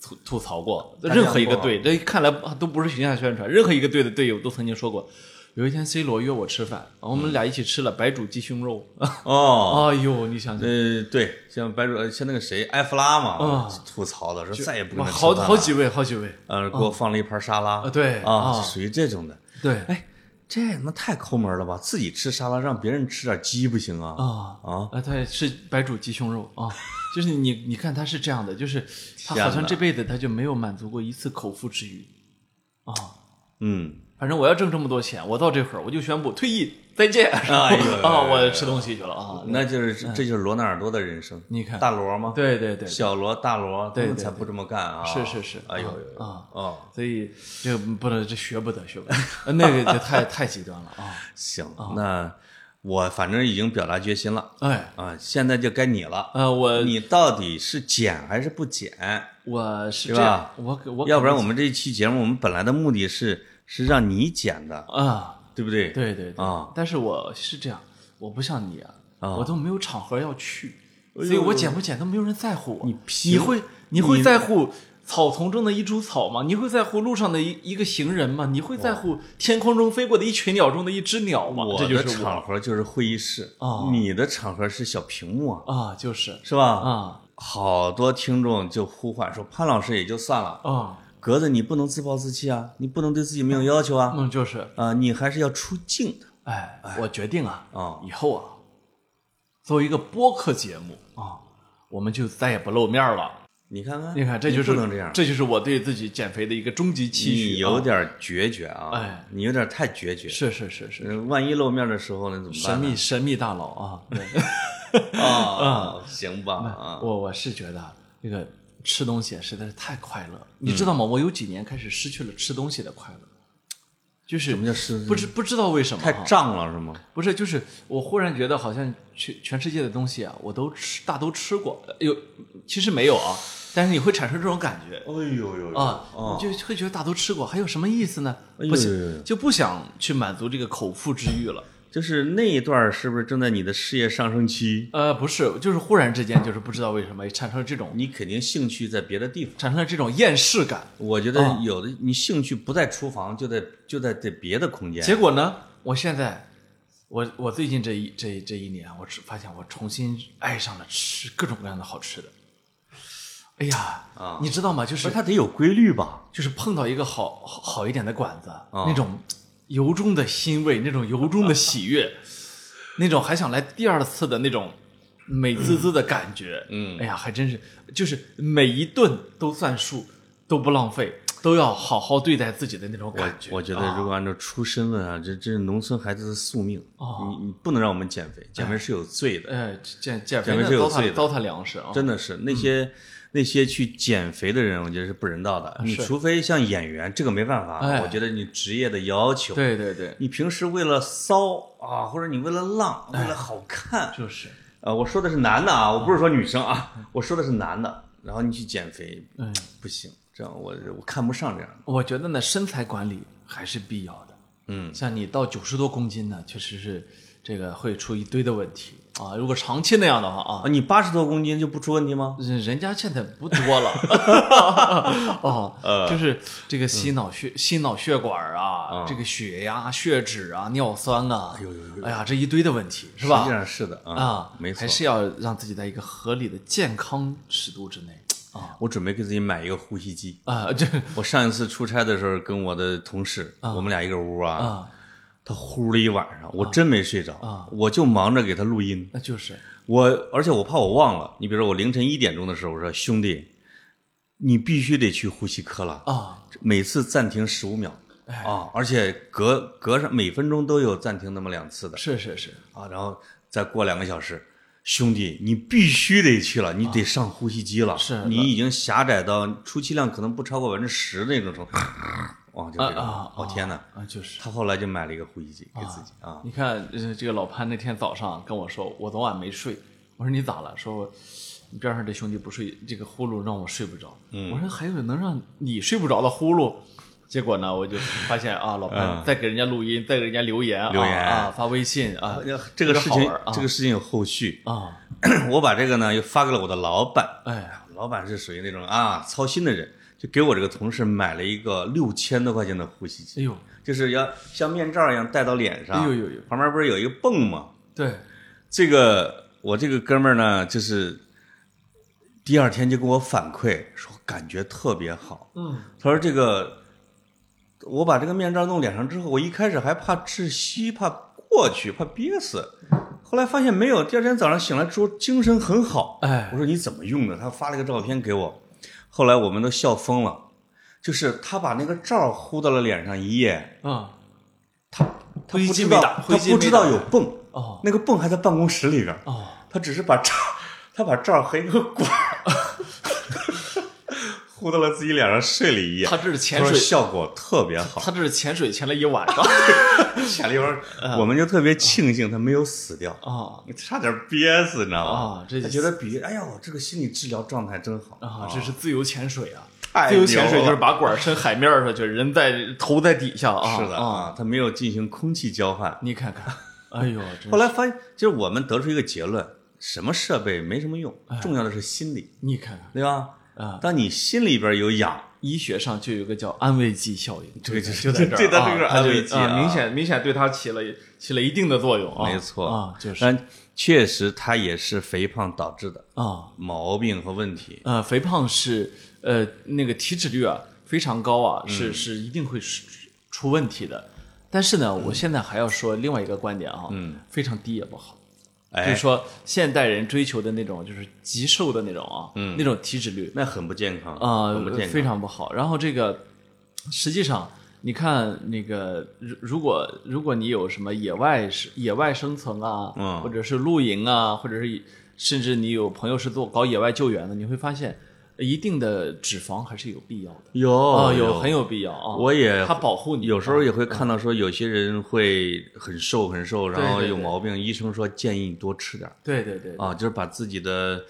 S1: 吐吐槽过，
S2: 他
S1: 任何
S2: 量
S1: 一
S2: 不
S1: 个
S2: 好
S1: 队，这看来啊都不是形象宣传，任何一个队的队友都曾经说过，有一天 C 罗约我吃饭，我
S2: 嗯
S1: 们俩一起吃了白煮鸡胸肉，
S2: 哦，
S1: 哎呦，你想想，
S2: 呃，对，像白主呃像那个谁埃弗拉嘛
S1: 啊，
S2: 吐槽的说再也不
S1: 哇
S2: 跟他
S1: 好
S2: 吃饭
S1: 好
S2: 了
S1: 几位，好几位，
S2: 呃，给我放了一盘沙拉
S1: 啊对
S2: 啊，
S1: 啊
S2: 属于这种的。
S1: 对，
S2: 哎，这他妈太抠门了吧！自己吃沙拉，让别人吃点鸡不行啊？
S1: 啊
S2: 啊
S1: 啊，对，是白煮鸡胸肉啊，就是你你看他是这样的，就是他
S2: 天
S1: 好像
S2: 哪
S1: 这辈子他就没有满足过一次口腹之欲，啊。
S2: 嗯，
S1: 反正我要挣这么多钱，我到这会儿我就宣布退役，再见。
S2: 哎呦嗯
S1: 啊，我吃东西去了啊。
S2: 那就是这就是罗纳尔多的人生。
S1: 你看
S2: 大罗吗？，
S1: 对对对，
S2: 小罗、大罗，他
S1: 对
S2: 们
S1: 对
S2: 才不这么干啊！
S1: 是是是
S2: 哎呦
S1: 啊
S2: 呦
S1: 啊
S2: 哦，
S1: 所以这不能这学不得学不得，呃那个就太太极端了 啊。
S2: 行，那我反正已经表达决心了
S1: 哎，
S2: 啊，现在就该你了。
S1: 呃，我
S2: 你到底是减还是不减？
S1: 我是
S2: 是
S1: 这样
S2: 吧，
S1: 我我
S2: 要不然我们这一期节目，我们本来的目的是是让你减的，
S1: 啊，
S2: 对不对？
S1: 对对对
S2: 啊
S1: 但是我是这样，我不像你啊，
S2: 啊哎
S1: 我都没有场合要去，
S2: 呦
S1: 所以我减不减都没有人在乎我。
S2: 你
S1: 你
S2: 凭
S1: 会
S2: 你
S1: 你会在乎草丛中的一株草吗？你会在乎路上的一一个行人吗？你会在乎天空中飞过的一群鸟中的一只鸟吗？
S2: 我
S1: 这就
S2: 的
S1: 是
S2: 场
S1: 我
S2: 合就是会议室
S1: 啊
S2: 你的场合是小屏幕啊，
S1: 啊，就是
S2: 是吧？
S1: 啊
S2: 好多听众就呼唤说，潘老师也就算了，
S1: 啊，
S2: 格子你不能自暴自弃啊，你不能对自己没有要求啊，
S1: 嗯，就是
S2: 啊，你还是要出镜的
S1: 哎，我决定啊，
S2: 啊
S1: 以后啊，作为一个播客节目啊，我们就再也不露面了。
S2: 你看看，
S1: 你看，这就是
S2: 不能这样，
S1: 就是我对自己减肥的一个终极期许啊。
S2: 你有点决绝啊，
S1: 哎，
S2: 你有点太决绝，
S1: 是是是是，
S2: 呃万一露面的时候呢，怎么
S1: 神
S2: 办呢？
S1: 秘神秘大佬 啊！对
S2: 啊，行吧啊，
S1: 我我是觉得啊这个吃东西实在是太快乐，你知道
S2: 嗯
S1: 吗？我有几年开始失去了吃东西的快乐，就是
S2: 什么叫失
S1: 不知不知道为什么
S2: 太
S1: 哈
S2: 胀了是吗？
S1: 不是，就是我忽然觉得好像全全世界的东西啊，我都吃大都吃过，呃有其实没有啊，但是你会产生这种感觉。
S2: 哎呦呦
S1: 啊，
S2: 哦
S1: 你就会觉得大都吃过，还有什么意思呢？
S2: 哎呦
S1: 不
S2: 呦呦呦
S1: 行，就不想去满足这个口腹之欲了。
S2: 就是那一段儿是不是正在你的事业上升期？
S1: 呃，不是，就是忽然之间，就是不知道为什么产生了这种
S2: 你肯定兴趣在别的地方。
S1: 产生了这种厌世感。
S2: 我觉得有的你兴趣不在厨房，就在就在在别的空间。
S1: 结果呢，我现在，我我最近这一这一这一年，啊我只发现我重新爱上了吃各种各样的好吃的。哎呀，
S2: 啊
S1: 你知道吗？就
S2: 不
S1: 是
S2: 是它得有规律吧？
S1: 就是碰到一个好好好一点的馆子，
S2: 啊
S1: 那种由衷的欣慰，那种由衷的喜悦， 那种还想来第二次的那种美滋滋的感觉。
S2: 嗯
S1: 哎呀，还真是，就是每一顿都算数，都不浪费，都要好好对待自己的那种感觉。
S2: 我觉得啊如果按照出身问啊，这这是农村孩子的宿命。
S1: 哦
S2: 你你不能让我们减肥，减肥是有罪的，
S1: 呃，减减
S2: 减
S1: 肥
S2: 肥是有
S1: 糟
S2: 罪
S1: 蹋
S2: 的
S1: 糟蹋粮食啊，嗯
S2: 真的是那些。那些去减肥的人，我觉得是不人道的。你除非像演员，这个没办法。
S1: 啊哎
S2: 我觉得你职业的要求，
S1: 对对对，
S2: 你平时为了骚啊，或者你为了浪，
S1: 哎
S2: 为了好看，
S1: 就是
S2: 呃，我说的是男的啊，
S1: 嗯
S2: 我不是说女生啊，我说的是男的。然后你去减肥，
S1: 嗯，
S2: 不行，这样我我看不上这样的。
S1: 我觉得呢，身材管理还是必要的。
S2: 嗯，
S1: 像你到九十多公斤呢，确实是这个会出一堆的问题啊。如果长期那样的话啊
S2: 啊，，你八十多公斤就不出问题吗？
S1: 人人家现在不多 了，哦，
S2: 呃
S1: 就是这个心脑
S2: 嗯
S1: 血、心脑血管啊，这个血压、血脂啊、尿酸啊，哎
S2: 呦呦
S1: 哎呀，这一堆的问题是
S2: 实际
S1: 吧？
S2: 上是的啊，
S1: 啊，
S2: 没错
S1: 还。是要让自己在一个合理的健康尺度之内。啊
S2: 我准备给自己买一个呼吸机。
S1: 啊，这
S2: 我上一次出差的时候，跟我的同事，我们俩一个屋啊，
S1: 啊，
S2: 他呼了一晚上，我真没睡着，我就忙着给他录音。
S1: 那就是
S2: 我而且我怕我忘了，你比如说我凌晨一点钟的时候，我说兄弟，你必须得去呼吸科了，
S1: 啊，
S2: 每次暂停十五秒啊，而且隔隔上每分钟都有暂停那么两次的
S1: 是是是，
S2: 啊，然后再过两个小时。兄弟，你必须得去了，你得上呼吸机了。
S1: 啊是
S2: 你已经狭窄到出气量可能不超过百分之十那种程度。哇，就这种，
S1: 啊啊
S2: 哦天哪！
S1: 啊，就是。
S2: 他后来就买了一个呼吸机给自己啊。
S1: 你看，呃这个老潘那天早上跟我说，我昨晚没睡。我说你咋了？说你边上这兄弟不睡，这个呼噜让我睡不着。
S2: 嗯
S1: 我说还有能让你睡不着的呼噜？结果呢，我就发现啊，老潘在给人家录音，在给人家留言啊，
S2: 嗯留言呃
S1: 啊，发微信啊，
S2: 这
S1: 特别
S2: 个事
S1: 好
S2: 情
S1: 玩，啊
S2: 这个事情有后续。
S1: 啊，
S2: 我把这个呢又发给了我的老板，
S1: 哎呀，
S2: 老板是属于那种啊操心的人，就给我这个同事买了一个六千多块钱的呼吸机，
S1: 哎呦，
S2: 就是要像面罩一样戴到脸上。
S1: 哎呦呦呦
S2: 旁边不是有一个泵吗？
S1: 对，
S2: 这个我这个哥们儿呢，就是第二天就跟我反馈说感觉特别好。
S1: 嗯，
S2: 他说这个我把这个面罩弄脸上之后，我一开始还怕窒息，怕过去，怕憋死。后来发现没有，第二天早上醒来之后精神很好。
S1: 哎
S2: 我说你怎么用的？他发了个照片给我，后来我们都笑疯了。就是他把那个罩糊到了脸上一夜，
S1: 啊，
S2: 他他
S1: 灰
S2: 不
S1: 机
S2: 知
S1: 没
S2: 道
S1: 打
S2: 他
S1: 灰机
S2: 不知
S1: 没打
S2: 道有泵，
S1: 哦
S2: 那个泵还在办公室里边。
S1: 哦，
S2: 他只是把罩，他把罩和一个管儿 糊到了自己脸上，睡了一夜。
S1: 他这是
S2: 他
S1: 潜
S2: 说
S1: 水，
S2: 效果特别好，
S1: 他这是潜水潜了一晚上
S2: 潜了一会儿，我们就特别庆幸他没有死掉，
S1: 啊
S2: 差点憋死，你知道吗？
S1: 啊，这
S2: 他觉得比哎呦，这个心理治疗状态真好
S1: 啊，这是自由潜水啊。
S2: 太
S1: 自由潜水
S2: 牛
S1: 就
S2: 了
S1: 是把管儿伸海面儿上去，人在头在底下啊。
S2: 是的
S1: 啊，嗯
S2: 啊，他没有进行空气交换。
S1: 你看看，哎呦，真是
S2: 后来发现，就是我们得出一个结论：什么设备没什么用，重要的是心理，
S1: 你看看，
S2: 对吧？
S1: 哎啊，
S2: 当你心里边有痒，
S1: 医学上就有一个叫安慰剂效应，
S2: 这个就是
S1: 就在这儿啊，
S2: 这它
S1: 它
S2: 这个
S1: 就
S2: 安慰剂啊
S1: 啊明显明显对它起了起了一定的作用啊。
S2: 没错
S1: 啊，就是
S2: 但确实它也是肥胖导致的
S1: 啊，
S2: 毛病和问题。
S1: 呃，肥胖是呃那个体脂率啊非常高啊，是是一定会是出问题的。但是呢，我现在还要说另外一个观点啊，嗯，非常低也不好。就是
S2: 哎，
S1: 说现代人追求的那种就是极瘦的那种啊，那种体脂率
S2: 那很不健康
S1: 啊、
S2: 很不健康。
S1: 非常不好。然后这个实际上，你看那个，如如果如果你有什么野外是野外生存啊，
S2: 嗯
S1: 或者是露营啊，或者是甚至你有朋友是做搞野外救援的，你会发现一定的脂肪还是有必要的
S2: 哦有
S1: 啊、有啊很有必要啊。
S2: 我也
S1: 它保护你
S2: 有时候也会看到说有些人会很瘦很瘦，然
S1: 嗯
S2: 后
S1: 对对
S2: 有毛病，医生说建议你多吃点儿
S1: 对对对
S2: 啊，就是把自己的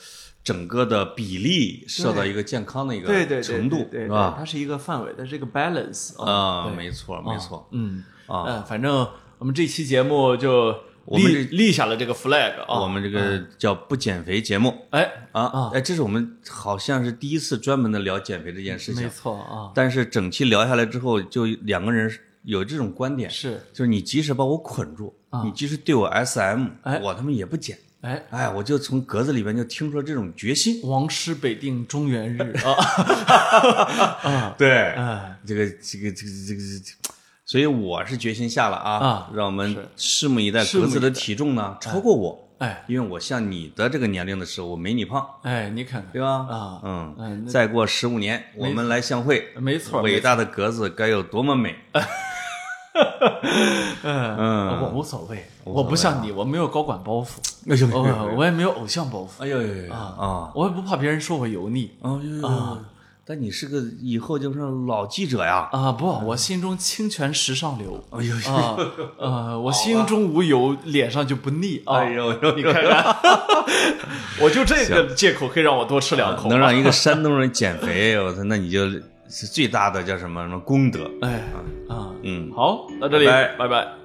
S2: 整个的比例设到一个健康的一个
S1: 对对对
S2: 程度，
S1: 对对
S2: 是
S1: 对
S2: 吧？
S1: 它是一个范围，它是一个 balance 啊。
S2: 啊，没错没错，
S1: 嗯
S2: 啊
S1: 呃反正我们这期节目就
S2: 我们
S1: 立立下了这个 flag 啊。
S2: 我们这个叫不减肥节目。
S1: 哎，
S2: 啊，哎，这是我们好像是第一次专门的聊减肥这件事情
S1: 没，错啊，
S2: 但是整期聊下来之后，就两个人有这种观点，
S1: 是啊
S2: 就是你即使把我捆住，你即使对我 SM，、
S1: 哎
S2: 我他妈也不减。
S1: 哎，
S2: 哎，我就从格子里边就听出了这种决心。
S1: 王师北定中原 日啊，
S2: 对，
S1: 哎
S2: 这个这个这个这个这个，所以我是决心下了啊，
S1: 啊
S2: 让我们拭目以待。
S1: 拭目
S2: 格
S1: 以
S2: 子的体重呢超过我，
S1: 哎
S2: 因为我像你的这个年龄的时候，我没你胖，
S1: 哎，你看
S2: 对
S1: 看
S2: 吧？
S1: 啊
S2: 嗯，
S1: 嗯
S2: 再过十五年，我们来相会，
S1: 没错
S2: 伟大的格子该有多么美！
S1: 嗯，我无所谓，
S2: 啊
S1: 我不像你，我没有高管包 袱，呃
S2: 哎呦
S1: 我我也没有偶像包袱
S2: 哎呦呦呦啊！
S1: 我也不怕别人说我油腻
S2: 哎呦呦呦！但你是个以后就是老记者呀！
S1: 啊，不，
S2: 嗯
S1: 我心中清泉石上流
S2: 哎呦呦！
S1: 啊，呃，我心中无油，脸上就不腻啊。
S2: 哎呦呦！
S1: 你看看， 我就这个借口可以让我多吃两口
S2: 能。让一个山东人减肥， 我操，那你就是最大的叫什么什么功德。
S1: 哎啊，
S2: 嗯
S1: 好，到这里，
S2: 拜
S1: 拜拜